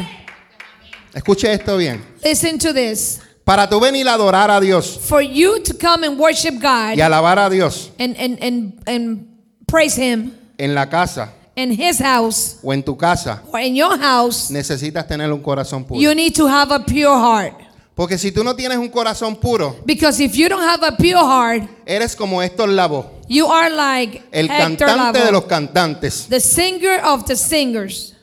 Speaker 1: Escuche esto bien.
Speaker 2: Listen to this.
Speaker 1: Para tú venir a adorar a Dios
Speaker 2: For you to come and worship God,
Speaker 1: y alabar a Dios
Speaker 2: and and and and praise him
Speaker 1: en la casa
Speaker 2: in his house
Speaker 1: o en tu casa,
Speaker 2: or in your house
Speaker 1: necesitas tener un corazón puro.
Speaker 2: you need to have a pure heart
Speaker 1: Porque si tú no tienes un corazón puro,
Speaker 2: because if you don't have a pure heart
Speaker 1: eres como Héctor Lavoe,
Speaker 2: you are like
Speaker 1: el
Speaker 2: Hector
Speaker 1: cantante
Speaker 2: Lavoe,
Speaker 1: de los cantantes.
Speaker 2: the singer of the singers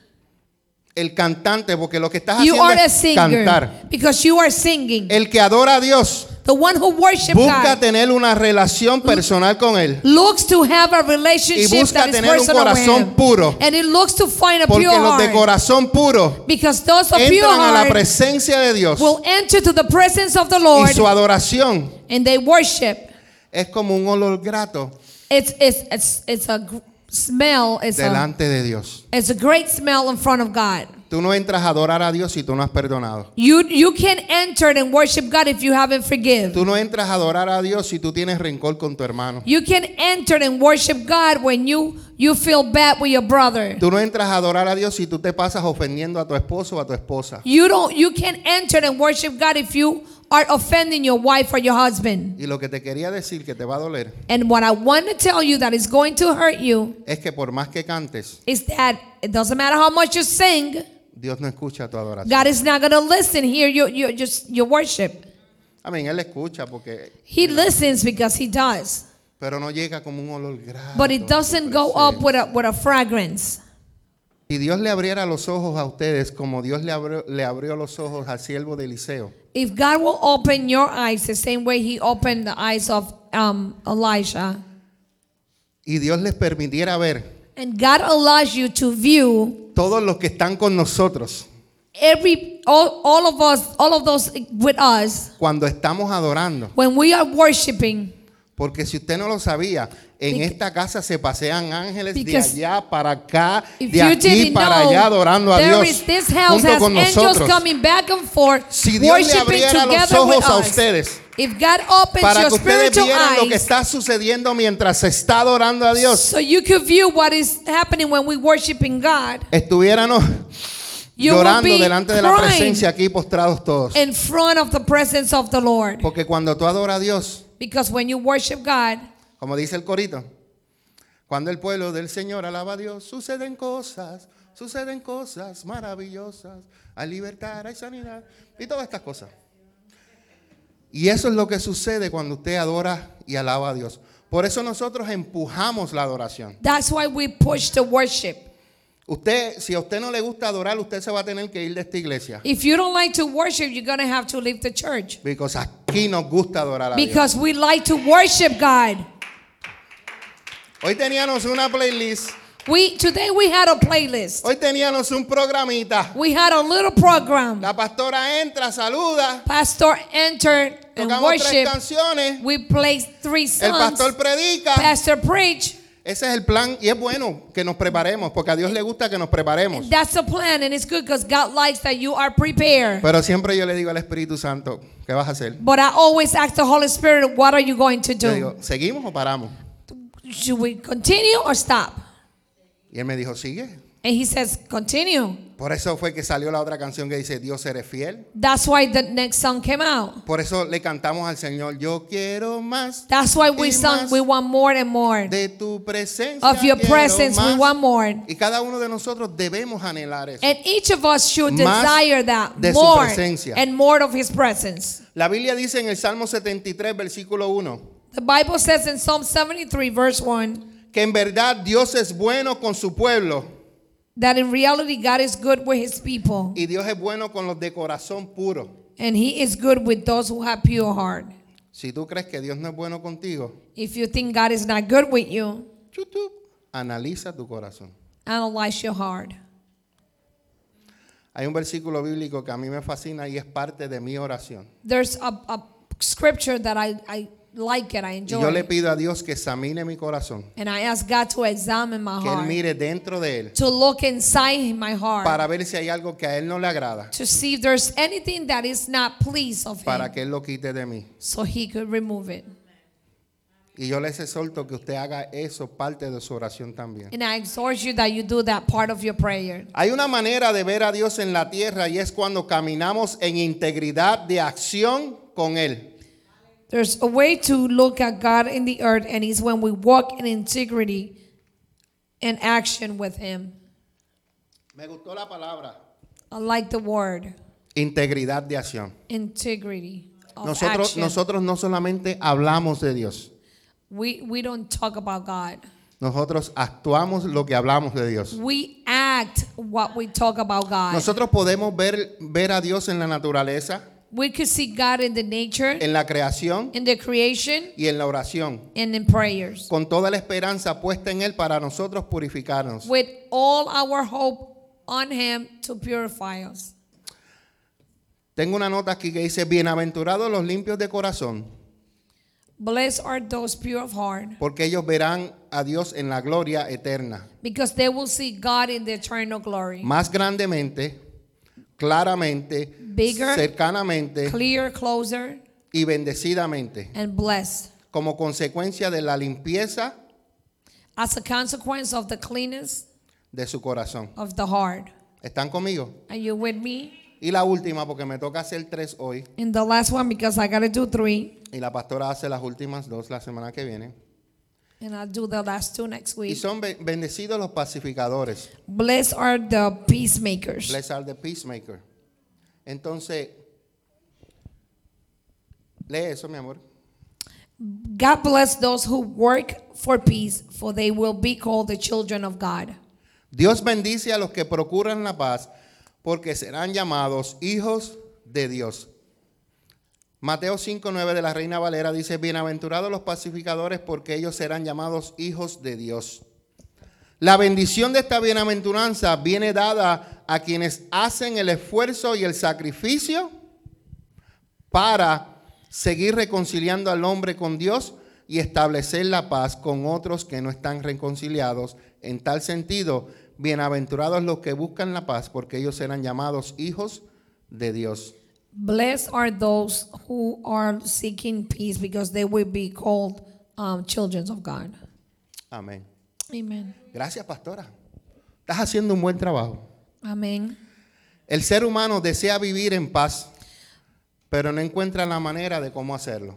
Speaker 1: El cantante, porque lo que estás
Speaker 2: you
Speaker 1: haciendo
Speaker 2: are a
Speaker 1: es
Speaker 2: singer
Speaker 1: cantar. Eh,
Speaker 2: because you are singing
Speaker 1: El que adora a Dios
Speaker 2: the one who worships
Speaker 1: Busca
Speaker 2: God,
Speaker 1: tener una relación personal con Él.
Speaker 2: looks to have a
Speaker 1: Y
Speaker 2: relationship
Speaker 1: busca
Speaker 2: that is
Speaker 1: tener un
Speaker 2: personal with
Speaker 1: corazón
Speaker 2: Him.
Speaker 1: puro.
Speaker 2: And it looks to find a
Speaker 1: Porque
Speaker 2: pure
Speaker 1: los de
Speaker 2: heart.
Speaker 1: corazón puro
Speaker 2: Because those of pure
Speaker 1: entran a la
Speaker 2: heart
Speaker 1: presencia de Dios.
Speaker 2: will enter to the presence of the
Speaker 1: Y
Speaker 2: Lord
Speaker 1: su adoración
Speaker 2: and they worship.
Speaker 1: es como un olor grato
Speaker 2: It's, it's, it's, it's a gr- smell, it's a,
Speaker 1: delante de Dios.
Speaker 2: it's a great smell in front of God.
Speaker 1: Tú no entras a adorar a Dios si tú no has perdonado.
Speaker 2: You, you can enter and worship God if you haven't forgiven.
Speaker 1: Tú no entras a adorar a Dios si tú tienes rencor con tu hermano.
Speaker 2: You can enter and worship God when you, you feel bad with your brother.
Speaker 1: Tú no entras a adorar a Dios si tú te pasas ofendiendo a tu esposo o a tu esposa.
Speaker 2: You don't you can enter and worship God if you are offending your wife or your husband.
Speaker 1: Y lo que te quería decir que te va a doler
Speaker 2: And what I want to tell you that is going to hurt you
Speaker 1: es que por más que cantes,
Speaker 2: is that it doesn't matter how much you sing,
Speaker 1: Dios no escucha tu adoración.
Speaker 2: God is not gonna listen. Hear your your just your worship.
Speaker 1: Amén, Él escucha porque
Speaker 2: He listens because he does.
Speaker 1: pero no llega como un olor grato.
Speaker 2: But it doesn't go up with a with a fragrance.
Speaker 1: Si Dios le abriera los ojos a ustedes como Dios le abrió, le abrió los ojos al siervo de Eliseo,
Speaker 2: If God will open your eyes the same way He opened the eyes of um, Elijah,
Speaker 1: y Dios les permitiera ver
Speaker 2: and God allows you to view
Speaker 1: todos los que están con nosotros
Speaker 2: every all, all of us, all of those with us
Speaker 1: cuando estamos adorando,
Speaker 2: when we are worshiping,
Speaker 1: porque si usted no lo sabía, en
Speaker 2: Beca-
Speaker 1: esta casa se pasean ángeles de
Speaker 2: Because-
Speaker 1: allá para acá,
Speaker 2: if
Speaker 1: de
Speaker 2: you
Speaker 1: aquí
Speaker 2: didn't
Speaker 1: para
Speaker 2: know,
Speaker 1: allá adorando a
Speaker 2: there
Speaker 1: Dios
Speaker 2: is this house
Speaker 1: junto
Speaker 2: has
Speaker 1: con
Speaker 2: angels
Speaker 1: nosotros.
Speaker 2: coming back and forth,
Speaker 1: Si Dios le
Speaker 2: worshiping
Speaker 1: abriera los
Speaker 2: together with
Speaker 1: ojos a
Speaker 2: us.
Speaker 1: ustedes
Speaker 2: if God opens
Speaker 1: para
Speaker 2: your
Speaker 1: que ustedes
Speaker 2: spiritual
Speaker 1: vieran lo que
Speaker 2: eyes,
Speaker 1: está sucediendo mientras se está adorando a Dios,
Speaker 2: so you could view what is happening when we worshiping God,
Speaker 1: estuviéramos
Speaker 2: you will
Speaker 1: llorando
Speaker 2: be
Speaker 1: delante de la
Speaker 2: crying
Speaker 1: presencia aquí postrados todos.
Speaker 2: in front of the presence of the Lord.
Speaker 1: Porque cuando tú adoras a Dios,
Speaker 2: Because when you worship God,
Speaker 1: como dice el corito, cuando el pueblo del Señor alaba a Dios, suceden cosas, suceden cosas maravillosas, hay libertad, hay sanidad y todas estas cosas. Y eso es lo que sucede cuando usted adora y alaba a Dios. Por eso nosotros empujamos la adoración.
Speaker 2: that's why we push the worship.
Speaker 1: Usted, si a usted no le gusta adorar, usted se va a tener que ir de esta iglesia.
Speaker 2: If you don't like to worship, you're going to have to leave the church.
Speaker 1: Because aquí nos gusta adorar a Dios.
Speaker 2: Because we like to worship God.
Speaker 1: Hoy teníamos una playlist,
Speaker 2: We today we had a playlist.
Speaker 1: hoy teníamos un programita.
Speaker 2: We had a little program.
Speaker 1: La pastora entra, saluda,
Speaker 2: Pastor entered and
Speaker 1: tocamos tres
Speaker 2: worship.
Speaker 1: canciones,
Speaker 2: We played three
Speaker 1: el
Speaker 2: songs.
Speaker 1: pastor predica.
Speaker 2: Pastor preach.
Speaker 1: Ese es el plan y es bueno que nos preparemos, porque a Dios le gusta que nos preparemos.
Speaker 2: That's the plan, and it's good because God likes that you are prepared.
Speaker 1: Pero siempre yo le digo al Espíritu Santo, ¿qué vas a hacer?
Speaker 2: But I always ask the Holy Spirit, what are you going to
Speaker 1: Yo
Speaker 2: do?
Speaker 1: digo, ¿seguimos o paramos?
Speaker 2: Should we continue or stop?
Speaker 1: Y él me dijo, sigue.
Speaker 2: And he says, continue.
Speaker 1: Por eso fue que salió la otra canción que dice, Dios eres fiel.
Speaker 2: That's why the next song came out.
Speaker 1: Por eso le cantamos al Señor, yo quiero más
Speaker 2: That's why we
Speaker 1: Y
Speaker 2: sung,
Speaker 1: más
Speaker 2: we want more and more.
Speaker 1: de tu presencia.
Speaker 2: Of your
Speaker 1: quiero
Speaker 2: presence, we
Speaker 1: más".
Speaker 2: want more.
Speaker 1: Y cada uno de nosotros debemos anhelar eso.
Speaker 2: And each of us should
Speaker 1: Más
Speaker 2: desire that
Speaker 1: de su
Speaker 2: more
Speaker 1: presencia.
Speaker 2: and more of his presence.
Speaker 1: La Biblia dice en el Salmo 73, versículo 1,
Speaker 2: The Bible says in Psalm 73, verse 1,
Speaker 1: que en verdad Dios es bueno con su pueblo
Speaker 2: that in reality God is good with his people
Speaker 1: y Dios es bueno con los de corazón puro.
Speaker 2: and he is good with those who have pure heart.
Speaker 1: Si tú crees que Dios no es bueno contigo,
Speaker 2: If you think God is not good with you,
Speaker 1: chutup, analiza tu corazón.
Speaker 2: analyze your heart.
Speaker 1: Hay un versículo bíblico que a mí me fascina y es parte de mi oración.
Speaker 2: There's a, a scripture that I, I like it, I
Speaker 1: Y
Speaker 2: enjoy
Speaker 1: yo le
Speaker 2: it.
Speaker 1: pido a Dios que examine mi corazón,
Speaker 2: And I ask God to examine my
Speaker 1: que Él
Speaker 2: heart,
Speaker 1: mire dentro de Él
Speaker 2: to look inside my heart,
Speaker 1: para ver si hay algo que a Él no le agrada,
Speaker 2: to see if there's anything that is not pleased of
Speaker 1: para
Speaker 2: Him,
Speaker 1: que Él lo quite de mí.
Speaker 2: so He could remove it.
Speaker 1: Y yo les exhorto que usted haga eso parte de su oración también.
Speaker 2: And I exhort you that you do that part of your prayer.
Speaker 1: Hay una manera de ver a Dios en la tierra y es cuando caminamos en integridad de acción con Él.
Speaker 2: There's a way to look at God in the earth, and it's when we walk in integrity and action with Him.
Speaker 1: Me gustó la palabra.
Speaker 2: I like the word
Speaker 1: Integridad de acción.
Speaker 2: integrity of
Speaker 1: Nosotros,
Speaker 2: action.
Speaker 1: nosotros no solamente hablamos de Dios,
Speaker 2: we we don't talk about God.
Speaker 1: nosotros actuamos lo que hablamos de Dios.
Speaker 2: We act what we talk about God.
Speaker 1: Nosotros podemos ver, ver a Dios en la naturaleza,
Speaker 2: We could see God in the nature,
Speaker 1: en la creación
Speaker 2: in the creation,
Speaker 1: y en la oración,
Speaker 2: and in prayers.
Speaker 1: con toda la esperanza puesta en Él para nosotros purificarnos.
Speaker 2: With all our hope on Him to purify us.
Speaker 1: Tengo una nota aquí que dice, bienaventurados los limpios de corazón,
Speaker 2: Blessed are those pure of heart,
Speaker 1: porque ellos verán a Dios en la gloria eterna.
Speaker 2: because they will see God in the eternal glory.
Speaker 1: Más grandemente, claramente,
Speaker 2: Bigger.
Speaker 1: cercanamente
Speaker 2: Clear, closer,
Speaker 1: y bendecidamente,
Speaker 2: and blessed.
Speaker 1: como consecuencia de la limpieza
Speaker 2: As a consequence of the cleanness
Speaker 1: de su corazón.
Speaker 2: of the heart.
Speaker 1: ¿Están conmigo?
Speaker 2: Are you with me?
Speaker 1: Y la última, porque me toca hacer tres hoy,
Speaker 2: And the last one, because I got to do three,
Speaker 1: y la pastora hace las últimas dos la semana que viene.
Speaker 2: and I'll do the last two next
Speaker 1: Y
Speaker 2: week.
Speaker 1: son be- bendecidos los pacificadores.
Speaker 2: Blessed are the peacemakers.
Speaker 1: Blessed are the peacemaker. Entonces, lee eso, mi amor.
Speaker 2: God bless those who work for peace, for they will be called the children of God.
Speaker 1: Dios bendice a los que procuran la paz, porque serán llamados hijos de Dios. Mateo 5:9 de la Reina Valera dice, "Bienaventurados los pacificadores, porque ellos serán llamados hijos de Dios." La bendición de esta bienaventuranza viene dada a quienes hacen el esfuerzo y el sacrificio para seguir reconciliando al hombre con Dios y establecer la paz con otros que no están reconciliados. En tal sentido, bienaventurados los que buscan la paz, porque ellos serán llamados hijos de Dios.
Speaker 2: Blessed are those who are seeking peace, because they will be called um, children of God.
Speaker 1: Amén.
Speaker 2: Amen.
Speaker 1: Gracias, pastora. Estás haciendo un buen trabajo.
Speaker 2: Amen.
Speaker 1: El ser humano desea vivir en paz, pero no encuentra la manera de cómo hacerlo.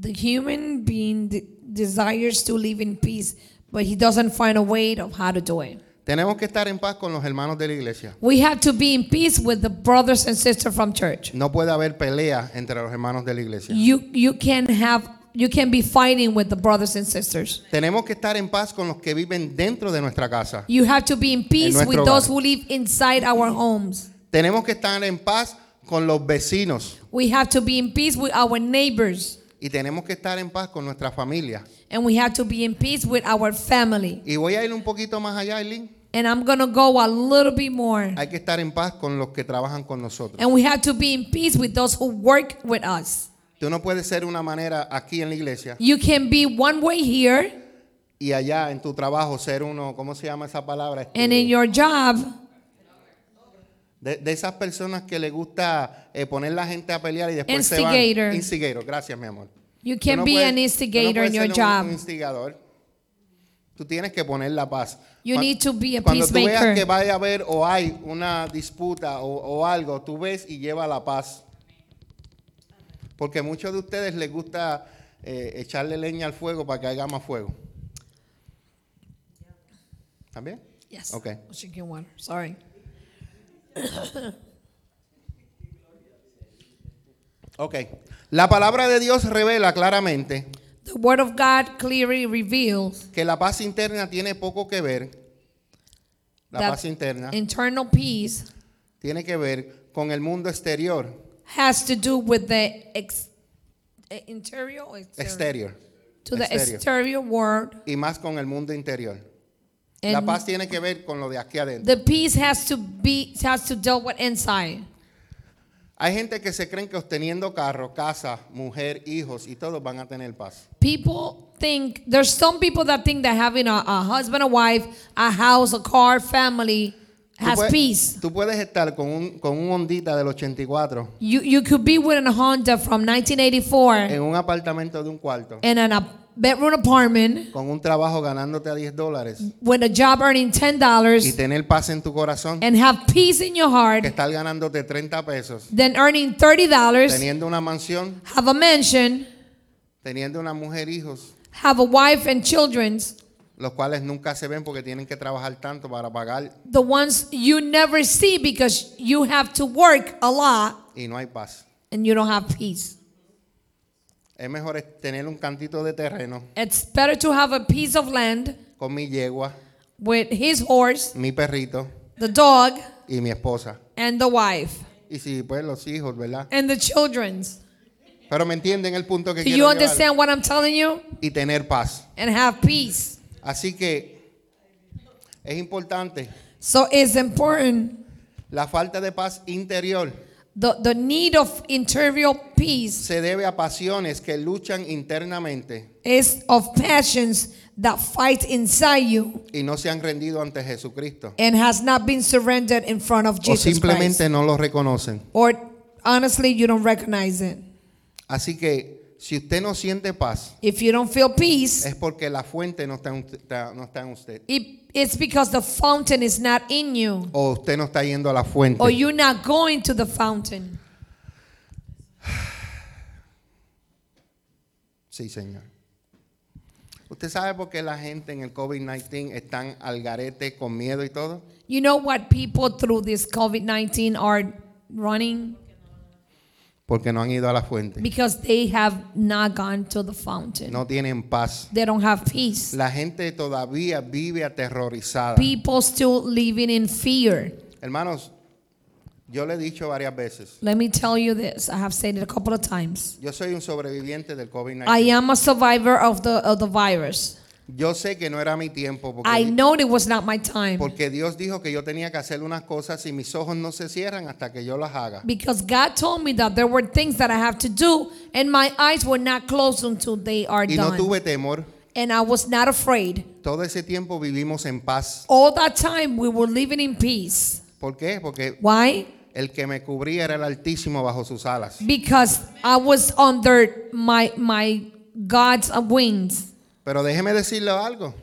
Speaker 2: The human being de- desires to live in peace, but he doesn't find a way of how to do it.
Speaker 1: Tenemos que estar en paz con los hermanos de la iglesia.
Speaker 2: We have to be in peace with the brothers and sisters from church.
Speaker 1: No puede haber pelea entre los hermanos de la iglesia.
Speaker 2: You you can have you can be fighting with the brothers and sisters.
Speaker 1: Tenemos que estar en paz con los que viven dentro de nuestra casa.
Speaker 2: You have to be in peace
Speaker 1: nuestro
Speaker 2: with those
Speaker 1: hogar.
Speaker 2: who live inside our homes.
Speaker 1: Tenemos que estar en paz con los vecinos.
Speaker 2: We have to be in peace with our neighbors,
Speaker 1: Y tenemos que estar en paz con nuestra familia.
Speaker 2: and we have to be in peace with our family.
Speaker 1: Y voy a ir un poquito más allá, Aileen.
Speaker 2: And I'm gonna go a little bit more.
Speaker 1: Hay que estar en paz con los que trabajan con nosotros.
Speaker 2: And we have to be in peace with those who work with us.
Speaker 1: Tú no puedes ser una manera aquí en la iglesia
Speaker 2: You can be one way here
Speaker 1: y allá en tu trabajo ser uno, ¿cómo se llama esa palabra? Este,
Speaker 2: and in your job
Speaker 1: de, de esas personas que le gusta eh, poner la gente a pelear y después se
Speaker 2: Instigator.
Speaker 1: van. Instigator. Gracias, mi amor.
Speaker 2: you
Speaker 1: Tú
Speaker 2: can
Speaker 1: no
Speaker 2: be
Speaker 1: puedes- tú
Speaker 2: an
Speaker 1: no
Speaker 2: instigator in
Speaker 1: puedes
Speaker 2: your
Speaker 1: ser un-
Speaker 2: job.
Speaker 1: un instigador. Tú tienes que poner la paz.
Speaker 2: You
Speaker 1: Cuan-
Speaker 2: need to be a
Speaker 1: Cuando tú veas
Speaker 2: peacemaker.
Speaker 1: que vaya a haber o hay una disputa o, o algo, tú ves y lleva la paz. Porque muchos de ustedes les gusta eh, echarle leña al fuego para que haya más fuego. ¿También?
Speaker 2: Yes.
Speaker 1: Okay.
Speaker 2: I was drinking water. Sorry.
Speaker 1: Ok. La palabra de Dios revela claramente
Speaker 2: The word of God clearly reveals
Speaker 1: que la paz interna tiene poco que ver. La
Speaker 2: That-
Speaker 1: paz interna
Speaker 2: internal peace
Speaker 1: tiene que ver con el mundo exterior.
Speaker 2: has to do with the ex- eh, interior or exterior?
Speaker 1: Exterior.
Speaker 2: to the
Speaker 1: Exterior.
Speaker 2: exterior world.
Speaker 1: Y más con el mundo interior. La
Speaker 2: And
Speaker 1: paz tiene que ver con lo de aquí adentro.
Speaker 2: the peace has to be has to deal with inside.
Speaker 1: Hay gente que se creen que obteniendo carro, casa, mujer, hijos y todos van a tener paz.
Speaker 2: People think there's some people that think that having a, a husband, a wife, a house, a car, family
Speaker 1: Tú
Speaker 2: has
Speaker 1: puedes-
Speaker 2: peace.
Speaker 1: Tú puedes estar con un, con un Hondita del 84
Speaker 2: You you could be with a Honda from 1984
Speaker 1: en un apartamento de un cuarto,
Speaker 2: and in a bedroom apartment
Speaker 1: con un trabajo ganándote a 10 dólares
Speaker 2: with a job earning ten
Speaker 1: y
Speaker 2: dollars
Speaker 1: tener paz en tu corazón
Speaker 2: and have peace in your heart,
Speaker 1: que estar ganándote 30 pesos,
Speaker 2: then earning thirty dollars,
Speaker 1: teniendo una mansión,
Speaker 2: have a mansion,
Speaker 1: teniendo una mujer, hijos,
Speaker 2: have a wife and childrens,
Speaker 1: los cuales nunca se ven porque tienen que trabajar tanto para pagar
Speaker 2: the ones you never see because you have to work a lot
Speaker 1: y no hay paz.
Speaker 2: and you don't have peace.
Speaker 1: Es mejor es tener un cantito de terreno
Speaker 2: It's better to have a piece of land
Speaker 1: con mi yegua,
Speaker 2: with his horse,
Speaker 1: mi perrito
Speaker 2: the dog,
Speaker 1: y mi esposa.
Speaker 2: and the wife.
Speaker 1: Y si pues los hijos, ¿verdad?
Speaker 2: and the children's.
Speaker 1: Pero me entienden el punto que
Speaker 2: Do you
Speaker 1: quiero llevar.
Speaker 2: understand what I'm telling you?
Speaker 1: y tener paz.
Speaker 2: And have peace.
Speaker 1: Así que es importante
Speaker 2: So it's important
Speaker 1: la falta de paz interior
Speaker 2: the, the need of interior peace
Speaker 1: se debe a pasiones que luchan internamente
Speaker 2: is of passions that fight inside you
Speaker 1: y no se han rendido ante Jesucristo
Speaker 2: and has not been surrendered in front of
Speaker 1: o
Speaker 2: Jesus Christ.
Speaker 1: simplemente no lo reconocen.
Speaker 2: Or honestly, you don't recognize it.
Speaker 1: Así que si usted no siente paz
Speaker 2: If you don't feel peace,
Speaker 1: es porque la fuente no está en usted, está- no está en usted
Speaker 2: it, it's because the fountain is not in you
Speaker 1: o usted no está yendo a la fuente.
Speaker 2: or you're not going to the fountain.
Speaker 1: Sí, señor. ¿Usted sabe por qué la gente en el COVID-19 están al garete con miedo y todo?
Speaker 2: You know what people through this COVID 19 are running?
Speaker 1: Porque no han ido a la fuente.
Speaker 2: Because they have not gone to the fountain.
Speaker 1: No tienen paz.
Speaker 2: They don't have peace.
Speaker 1: La gente todavía vive aterrorizada.
Speaker 2: People still living in fear.
Speaker 1: Hermanos, yo le he dicho varias veces,
Speaker 2: Let me tell you this. I have said it a couple of times.
Speaker 1: yo soy un sobreviviente del
Speaker 2: I
Speaker 1: COVID-19.
Speaker 2: am a survivor of the of the virus.
Speaker 1: Yo sé que no era mi tiempo
Speaker 2: I
Speaker 1: porque,
Speaker 2: know it was not my time
Speaker 1: porque Dios dijo que yo tenía que hacer unas cosas y mis ojos no se cierran hasta que yo las haga.
Speaker 2: because God told me that there were things that I have to do and my eyes were not closed until they are
Speaker 1: Y no
Speaker 2: done.
Speaker 1: tuve temor.
Speaker 2: And I was not afraid.
Speaker 1: Todo ese tiempo vivimos en paz.
Speaker 2: All that time we were living in peace.
Speaker 1: ¿Por qué? Porque
Speaker 2: Why?
Speaker 1: el que me cubría era el Altísimo bajo sus alas.
Speaker 2: Because I was under my my God's wings.
Speaker 1: Pero déjeme decirle algo.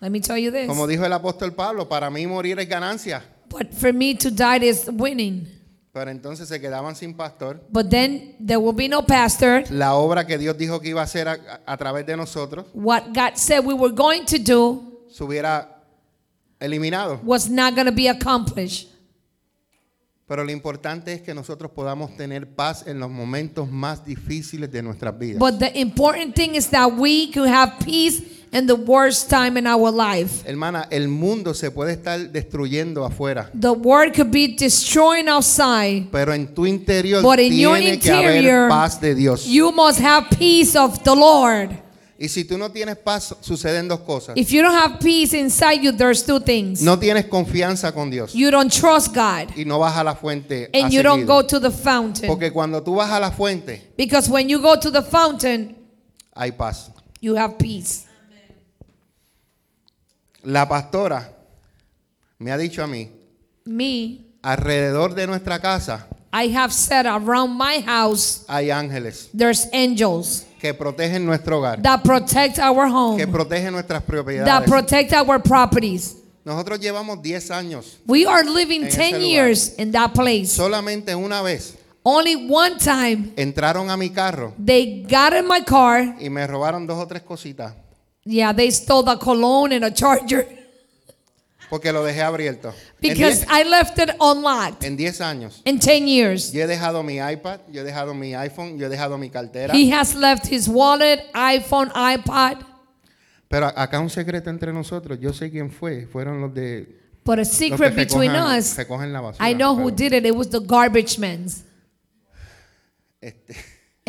Speaker 2: Let me tell you this.
Speaker 1: Como dijo el apóstol Pablo, para mí morir es ganancia.
Speaker 2: But for me to die is winning.
Speaker 1: Pero entonces se quedaban sin pastor.
Speaker 2: But then there will be no pastor.
Speaker 1: La obra que Dios dijo que iba a hacer a, a través de nosotros
Speaker 2: What God said we were going to do
Speaker 1: se hubiera eliminado.
Speaker 2: was not going to be accomplished.
Speaker 1: Pero lo importante es que nosotros podamos tener paz en los momentos más difíciles de nuestras vidas.
Speaker 2: But the important thing is that we could have peace in the worst time in our life.
Speaker 1: Hermana, el mundo se puede estar destruyendo afuera,
Speaker 2: The world could be destroying outside.
Speaker 1: pero en tu interior
Speaker 2: But in your
Speaker 1: tiene que haber
Speaker 2: interior,
Speaker 1: paz de Dios.
Speaker 2: You must have peace of the Lord.
Speaker 1: Y si tú no tienes paz, suceden dos cosas.
Speaker 2: If you don't have peace inside you, there's two things.
Speaker 1: No tienes confianza con Dios
Speaker 2: You don't trust God
Speaker 1: y no vas a la fuente. a
Speaker 2: and you
Speaker 1: seguir.
Speaker 2: don't go to the fountain.
Speaker 1: Porque cuando tú vas a la fuente,
Speaker 2: Because when you go to the fountain,
Speaker 1: hay paz.
Speaker 2: you have peace.
Speaker 1: La pastora me ha dicho a mí,
Speaker 2: Me,
Speaker 1: alrededor de nuestra casa
Speaker 2: I have said around my house,
Speaker 1: hay ángeles
Speaker 2: there's angels
Speaker 1: que protegen nuestro hogar,
Speaker 2: that protect our
Speaker 1: que
Speaker 2: home,
Speaker 1: protegen nuestras
Speaker 2: that
Speaker 1: propiedades.
Speaker 2: protect our properties.
Speaker 1: Nosotros llevamos 10 años.
Speaker 2: We are living
Speaker 1: En ese
Speaker 2: 10
Speaker 1: lugar.
Speaker 2: years in that place.
Speaker 1: Solamente una vez
Speaker 2: Only one time
Speaker 1: entraron a mi carro
Speaker 2: they got in my car.
Speaker 1: y me robaron dos o tres cositas
Speaker 2: Yeah, they stole the cologne and a charger
Speaker 1: porque lo dejé abierto. En
Speaker 2: because
Speaker 1: 10
Speaker 2: I left it unlocked
Speaker 1: En 10 años.
Speaker 2: in 10 years.
Speaker 1: Yo he dejado mi iPad, yo he dejado mi iPhone, yo he dejado mi cartera.
Speaker 2: He has left his wallet, iPhone, iPod.
Speaker 1: Pero acá un secreto entre nosotros. Yo sé quién fue. Fueron los de
Speaker 2: But a
Speaker 1: los que
Speaker 2: secret between
Speaker 1: recojan-
Speaker 2: us,
Speaker 1: recogen la basura.
Speaker 2: I know who
Speaker 1: pero,
Speaker 2: did it. It was the garbage men's.
Speaker 1: este,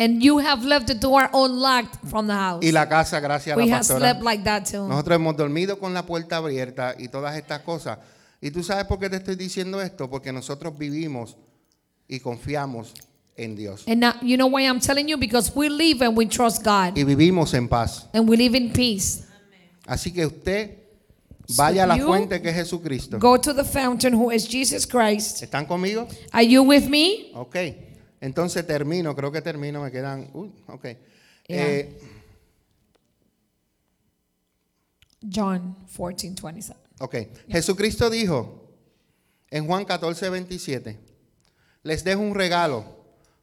Speaker 2: And you have left the door unlocked from the house.
Speaker 1: y la casa, gracias a
Speaker 2: We
Speaker 1: la
Speaker 2: have
Speaker 1: pastora.
Speaker 2: slept like that too.
Speaker 1: Nosotros hemos dormido con la puerta abierta y todas estas cosas. Y tú sabes por qué te estoy diciendo esto, porque nosotros vivimos y confiamos en Dios.
Speaker 2: And now, you know why I'm telling you? Because we live and we trust God
Speaker 1: Y vivimos en paz.
Speaker 2: and we live in peace.
Speaker 1: Así que usted vaya a la
Speaker 2: you-
Speaker 1: fuente que es Jesucristo.
Speaker 2: Go to the fountain who is Jesus Christ.
Speaker 1: ¿Están conmigo?
Speaker 2: Are you with me?
Speaker 1: Ok. Entonces termino, creo que termino, me quedan. Uy, ok.
Speaker 2: Yeah.
Speaker 1: Eh,
Speaker 2: John 14, 27.
Speaker 1: ok. Jesucristo dijo en Juan 14, 27. Les dejo un regalo,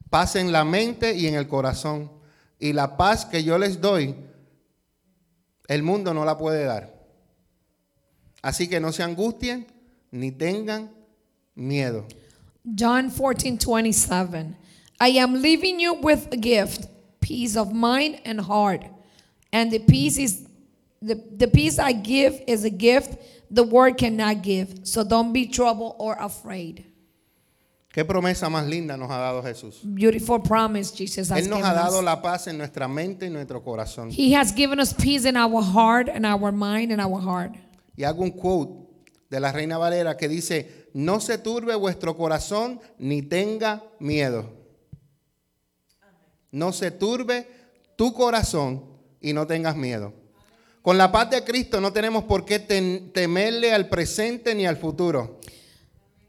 Speaker 1: paz en la mente y en el corazón. Y la paz que yo les doy, el mundo no la puede dar. Así que no se angustien ni tengan miedo.
Speaker 2: John 14, 27. I am leaving you with a gift, peace of mind and heart. And the peace is the, the peace I give is a gift the world cannot give. So don't be troubled or afraid.
Speaker 1: Qué promesa más linda nos ha dado Jesús.
Speaker 2: Beautiful promise Jesus has
Speaker 1: Él nos
Speaker 2: given
Speaker 1: ha dado
Speaker 2: us.
Speaker 1: la paz en nuestra mente y nuestro corazón.
Speaker 2: He has given us peace in our heart and our mind and our heart.
Speaker 1: Y hago un quote de la Reina Valera que dice, no se turbe vuestro corazón ni tenga miedo. No se turbe tu corazón y no tengas miedo. Con la paz de Cristo no tenemos por qué tem- temerle al presente ni al futuro.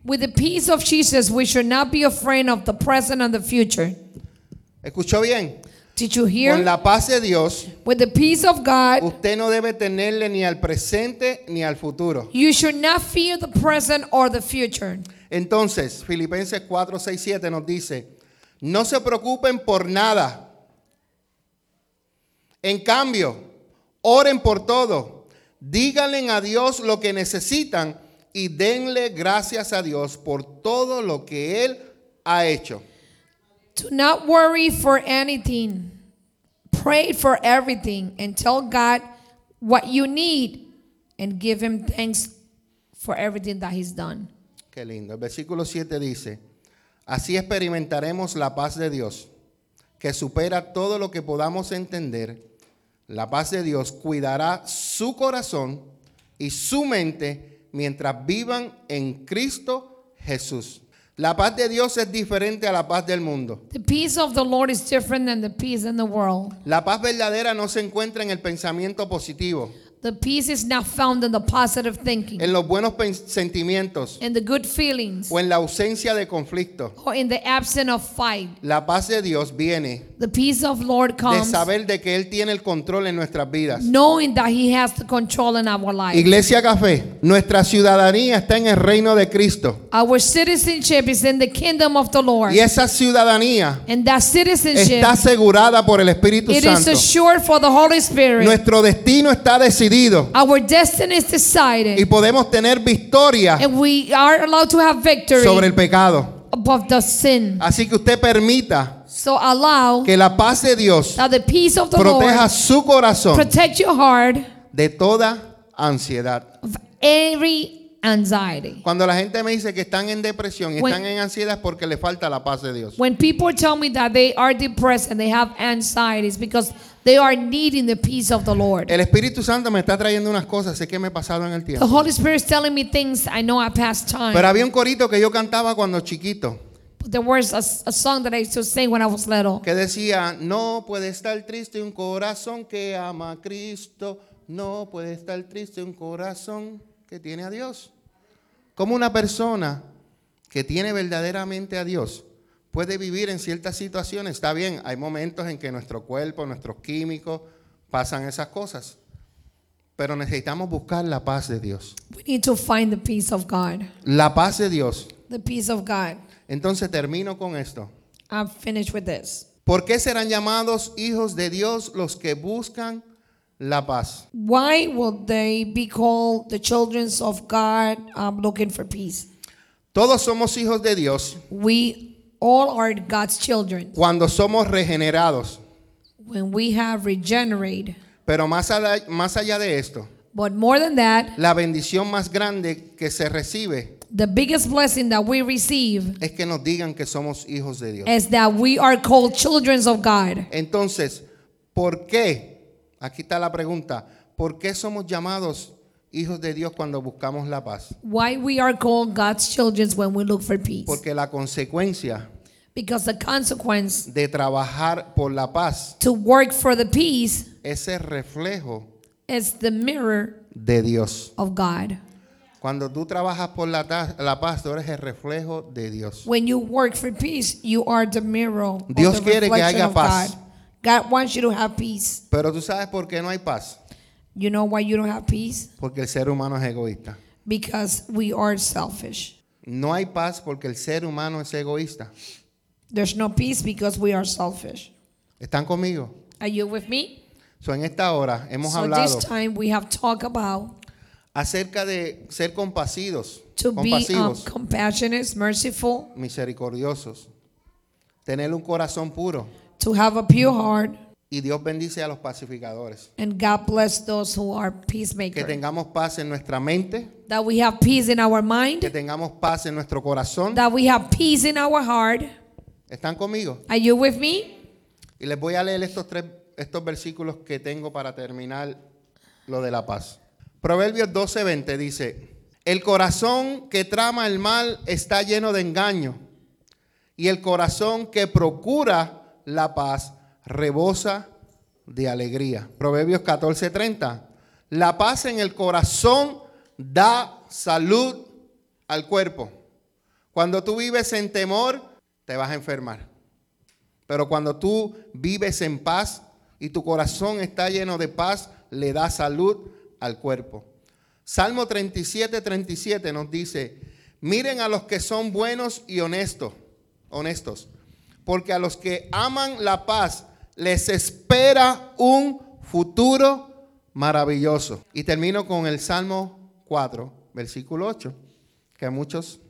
Speaker 2: With the peace of Jesus, we should not be afraid of the present and the future.
Speaker 1: ¿Escuchó bien?
Speaker 2: Did you
Speaker 1: Con
Speaker 2: hear?
Speaker 1: la paz de Dios,
Speaker 2: With the peace of God,
Speaker 1: usted no debe tenerle ni al presente ni al futuro.
Speaker 2: you should not fear the present or the future.
Speaker 1: Entonces, Filipenses 4, 6, 7 nos dice, no se preocupen por nada. En cambio, oren por todo. Díganle a Dios lo que necesitan y denle gracias a Dios por todo lo que Él ha hecho.
Speaker 2: Do not worry for anything. Pray for everything and tell God what you need and give Him thanks for everything that He's done.
Speaker 1: Qué lindo. El versículo 7 dice, así experimentaremos la paz de Dios, que supera todo lo que podamos entender. La paz de Dios cuidará su corazón y su mente mientras vivan en Cristo Jesús. La paz de Dios es diferente a la paz del mundo.
Speaker 2: The peace of the Lord is different than the peace in the world.
Speaker 1: La paz verdadera no se encuentra en el pensamiento positivo,
Speaker 2: The peace is not found in the positive thinking
Speaker 1: en los buenos pen- sentimientos
Speaker 2: and the good feelings
Speaker 1: o en la ausencia de conflicto.
Speaker 2: or in the absence of fight.
Speaker 1: La paz de Dios viene
Speaker 2: The peace of Lord
Speaker 1: de
Speaker 2: comes
Speaker 1: saber de que Él tiene el control en nuestras vidas.
Speaker 2: knowing that He has the control in our life.
Speaker 1: Iglesia Café, nuestra ciudadanía está en el reino de Cristo.
Speaker 2: Our citizenship is in the kingdom of the Lord.
Speaker 1: Y esa ciudadanía
Speaker 2: And that citizenship
Speaker 1: está asegurada por el Espíritu
Speaker 2: It is
Speaker 1: Santo.
Speaker 2: assured for the Holy Spirit.
Speaker 1: Nuestro destino está decidido
Speaker 2: Our destiny is decided,
Speaker 1: y podemos tener victoria
Speaker 2: and we are allowed to have victory
Speaker 1: sobre el pecado.
Speaker 2: above the sin.
Speaker 1: Así que usted permita
Speaker 2: So allow
Speaker 1: que la paz de Dios
Speaker 2: that the peace of the
Speaker 1: proteja su
Speaker 2: Lord
Speaker 1: corazón
Speaker 2: protect your heart
Speaker 1: de toda ansiedad.
Speaker 2: of every anxiety.
Speaker 1: Cuando la gente me dice que están en depresión y
Speaker 2: When-
Speaker 1: están en ansiedad es porque le falta la paz de Dios.
Speaker 2: When people tell me that they are depressed and they have anxieties because they are needing the peace of the Lord.
Speaker 1: El Espíritu Santo me está trayendo unas cosas, sé que me he pasado en el
Speaker 2: The
Speaker 1: tiempo.
Speaker 2: Holy Spirit is telling me things I know I passed time.
Speaker 1: Pero había un corito que yo cantaba cuando chiquito,
Speaker 2: there was a, a song that I used to sing when I was little.
Speaker 1: que decía, no puede estar triste un corazón que ama a Cristo, no puede estar triste un corazón que tiene a Dios. ¿Cómo una persona que tiene verdaderamente a Dios puede vivir en ciertas situaciones? Está bien, hay momentos en que nuestro cuerpo, nuestros químicos pasan esas cosas, pero necesitamos buscar la paz de Dios.
Speaker 2: We need to find the peace of God.
Speaker 1: La paz de Dios
Speaker 2: The peace of God.
Speaker 1: Entonces termino con esto.
Speaker 2: I'm finished with this.
Speaker 1: ¿Por qué serán llamados hijos de Dios los que buscan la paz?
Speaker 2: Why will they be called the children of God um, looking for peace?
Speaker 1: Todos somos hijos de Dios
Speaker 2: We all are God's children
Speaker 1: cuando somos regenerados.
Speaker 2: when we have regenerated.
Speaker 1: Pero más allá, más allá de esto,
Speaker 2: But more than that,
Speaker 1: la bendición más grande que se recibe
Speaker 2: the biggest blessing that we receive
Speaker 1: es que nos digan que somos hijos de Dios.
Speaker 2: is that we are called children of God.
Speaker 1: Entonces, ¿por qué? Aquí está la pregunta. ¿Por qué somos llamados hijos de Dios cuando buscamos la paz?
Speaker 2: Why we are called God's children when we look for peace?
Speaker 1: Porque la consecuencia
Speaker 2: Because the consequence
Speaker 1: de trabajar por la paz
Speaker 2: to work for the peace
Speaker 1: ese reflejo
Speaker 2: is the mirror
Speaker 1: de Dios.
Speaker 2: of God.
Speaker 1: Cuando tú trabajas por la, ta- la paz, tú eres el reflejo de Dios.
Speaker 2: When you work for peace, you are the mirror. of
Speaker 1: Dios
Speaker 2: the
Speaker 1: quiere que
Speaker 2: reflection
Speaker 1: haya
Speaker 2: of
Speaker 1: paz.
Speaker 2: God. God wants you to have peace.
Speaker 1: Pero tú sabes por qué no hay paz.
Speaker 2: You know why you don't have peace?
Speaker 1: Porque el ser humano es egoísta.
Speaker 2: Because we are selfish.
Speaker 1: No hay paz porque el ser humano es egoísta.
Speaker 2: There's no peace because we are selfish.
Speaker 1: ¿Están conmigo?
Speaker 2: Are you with me?
Speaker 1: So, en esta hora hemos
Speaker 2: so
Speaker 1: hablado
Speaker 2: this time we have talked about
Speaker 1: acerca de ser compasivos,
Speaker 2: to be um,
Speaker 1: compasivos,
Speaker 2: compassionate, merciful,
Speaker 1: misericordiosos, tener un corazón puro.
Speaker 2: to have a pure heart,
Speaker 1: Y Dios bendice a los pacificadores.
Speaker 2: and God bless those who are
Speaker 1: Que
Speaker 2: peacemakers.
Speaker 1: tengamos paz en nuestra mente,
Speaker 2: that we have peace in our mind,
Speaker 1: que tengamos paz en nuestro corazón.
Speaker 2: that we have peace in our heart.
Speaker 1: ¿Están conmigo?
Speaker 2: Are you with me?
Speaker 1: Y les voy a leer estos tres estos versículos que tengo para terminar lo de la paz. Proverbios 12:20 dice, "El corazón que trama el mal está lleno de engaño, y el corazón que procura la paz rebosa de alegría." Proverbios 14:30, "La paz en el corazón da salud al cuerpo." Cuando tú vives en temor, te vas a enfermar. Pero cuando tú vives en paz y tu corazón está lleno de paz, le da salud al cuerpo. Salmo 37, 37 nos dice, miren a los que son buenos y honestos, honestos, porque a los que aman la paz les espera un futuro maravilloso. Y termino con el Salmo 4, versículo 8, que muchos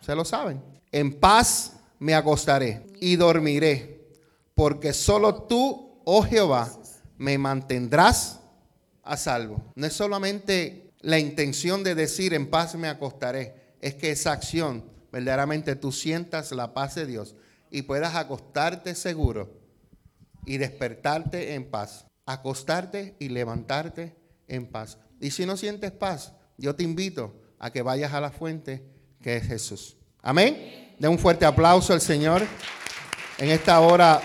Speaker 1: se lo saben. En paz me acostaré y dormiré, porque solo tú, oh Jehová, me mantendrás a salvo. No es solamente la intención de decir en paz me acostaré, es que esa acción verdaderamente tú sientas la paz de Dios y puedas acostarte seguro y despertarte en paz, acostarte y levantarte en paz. Y si no sientes paz, yo te invito a que vayas a la fuente que es Jesús. Amén. De un fuerte aplauso al Señor en esta hora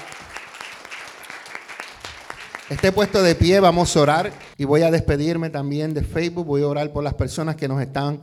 Speaker 1: esté Este puesto de pie, vamos a orar y voy a despedirme también de Facebook, voy a orar por las personas que nos están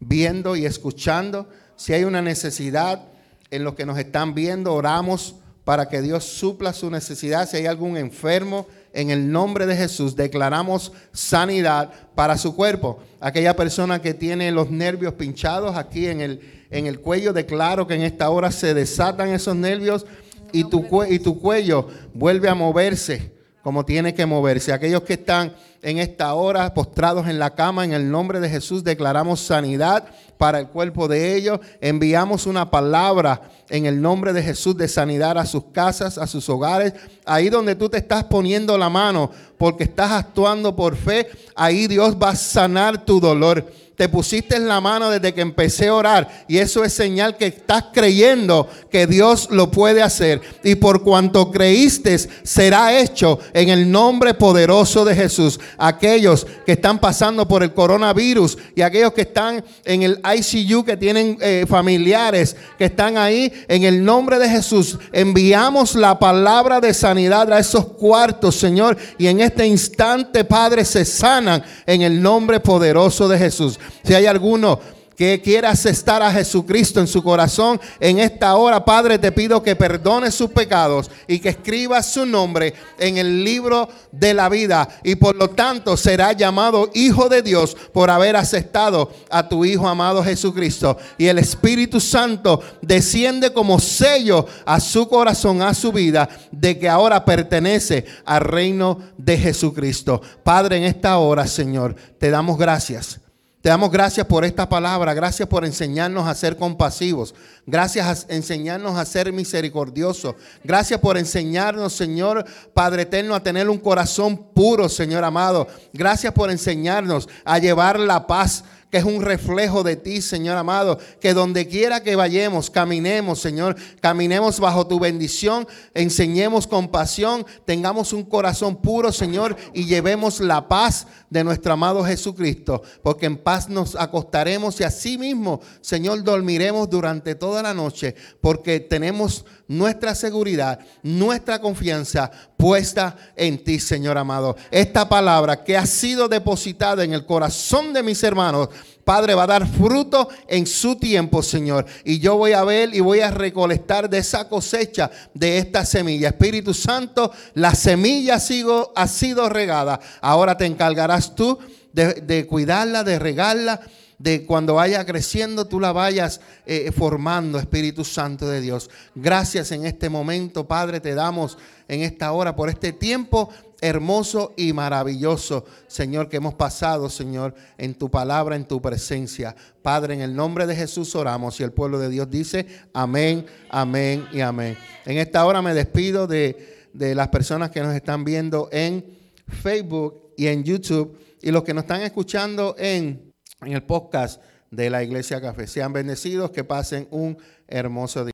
Speaker 1: viendo y escuchando. Si hay una necesidad en los que nos están viendo, oramos para que Dios supla su necesidad. Si hay algún enfermo, en el nombre de Jesús declaramos sanidad para su cuerpo. Aquella persona que tiene los nervios pinchados aquí en el, en el cuello, declaro que en esta hora se desatan esos nervios y tu, cue- y tu cuello vuelve a moverse como tiene que moverse. Aquellos que están en esta hora postrados en la cama, en el nombre de Jesús declaramos sanidad para el cuerpo de ellos. Enviamos una palabra en el nombre de Jesús de sanidad a sus casas, a sus hogares. Ahí donde tú te estás poniendo la mano porque estás actuando por fe, ahí Dios va a sanar tu dolor. Te pusiste en la mano desde que empecé a orar y eso es señal que estás creyendo que Dios lo puede hacer. Y por cuanto creíste, será hecho en el nombre poderoso de Jesús. Aquellos que están pasando por el coronavirus y aquellos que están en el ICU, que tienen eh, familiares, que están ahí, en el nombre de Jesús, enviamos la palabra de sanidad a esos cuartos, Señor. Y en este instante, Padre, se sanan en el nombre poderoso de Jesús. Si hay alguno que quiera aceptar a Jesucristo en su corazón, en esta hora, Padre, te pido que perdones sus pecados y que escribas su nombre en el libro de la vida. Y por lo tanto será llamado Hijo de Dios por haber aceptado a tu Hijo amado Jesucristo. Y el Espíritu Santo desciende como sello a su corazón, a su vida, de que ahora pertenece al reino de Jesucristo. Padre, en esta hora, Señor, te damos gracias. Te damos gracias por esta palabra, gracias por enseñarnos a ser compasivos, gracias a enseñarnos a ser misericordiosos, gracias por enseñarnos, Señor Padre Eterno, a tener un corazón puro, Señor amado, gracias por enseñarnos a llevar la paz que es un reflejo de ti, Señor amado, que donde quiera que vayamos, caminemos, Señor, caminemos bajo tu bendición, enseñemos compasión, tengamos un corazón puro, Señor, y llevemos la paz de nuestro amado Jesucristo, porque en paz nos acostaremos y así mismo, Señor, dormiremos durante toda la noche, porque tenemos nuestra seguridad, nuestra confianza puesta en ti, Señor amado. Esta palabra que ha sido depositada en el corazón de mis hermanos, Padre, va a dar fruto en su tiempo, Señor. Y yo voy a ver y voy a recolectar de esa cosecha de esta semilla. Espíritu Santo, la semilla sigo- ha sido regada. Ahora te encargarás tú de, de cuidarla, de regarla de cuando vaya creciendo, tú la vayas eh, formando, Espíritu Santo de Dios. Gracias en este momento, Padre, te damos en esta hora por este tiempo hermoso y maravilloso, Señor, que hemos pasado, Señor, en tu palabra, en tu presencia. Padre, en el nombre de Jesús oramos y el pueblo de Dios dice, amén, amén y amén. En esta hora me despido de, de las personas que nos están viendo en Facebook y en YouTube y los que nos están escuchando en en el podcast de la Iglesia Café. Sean bendecidos, que pasen un hermoso día.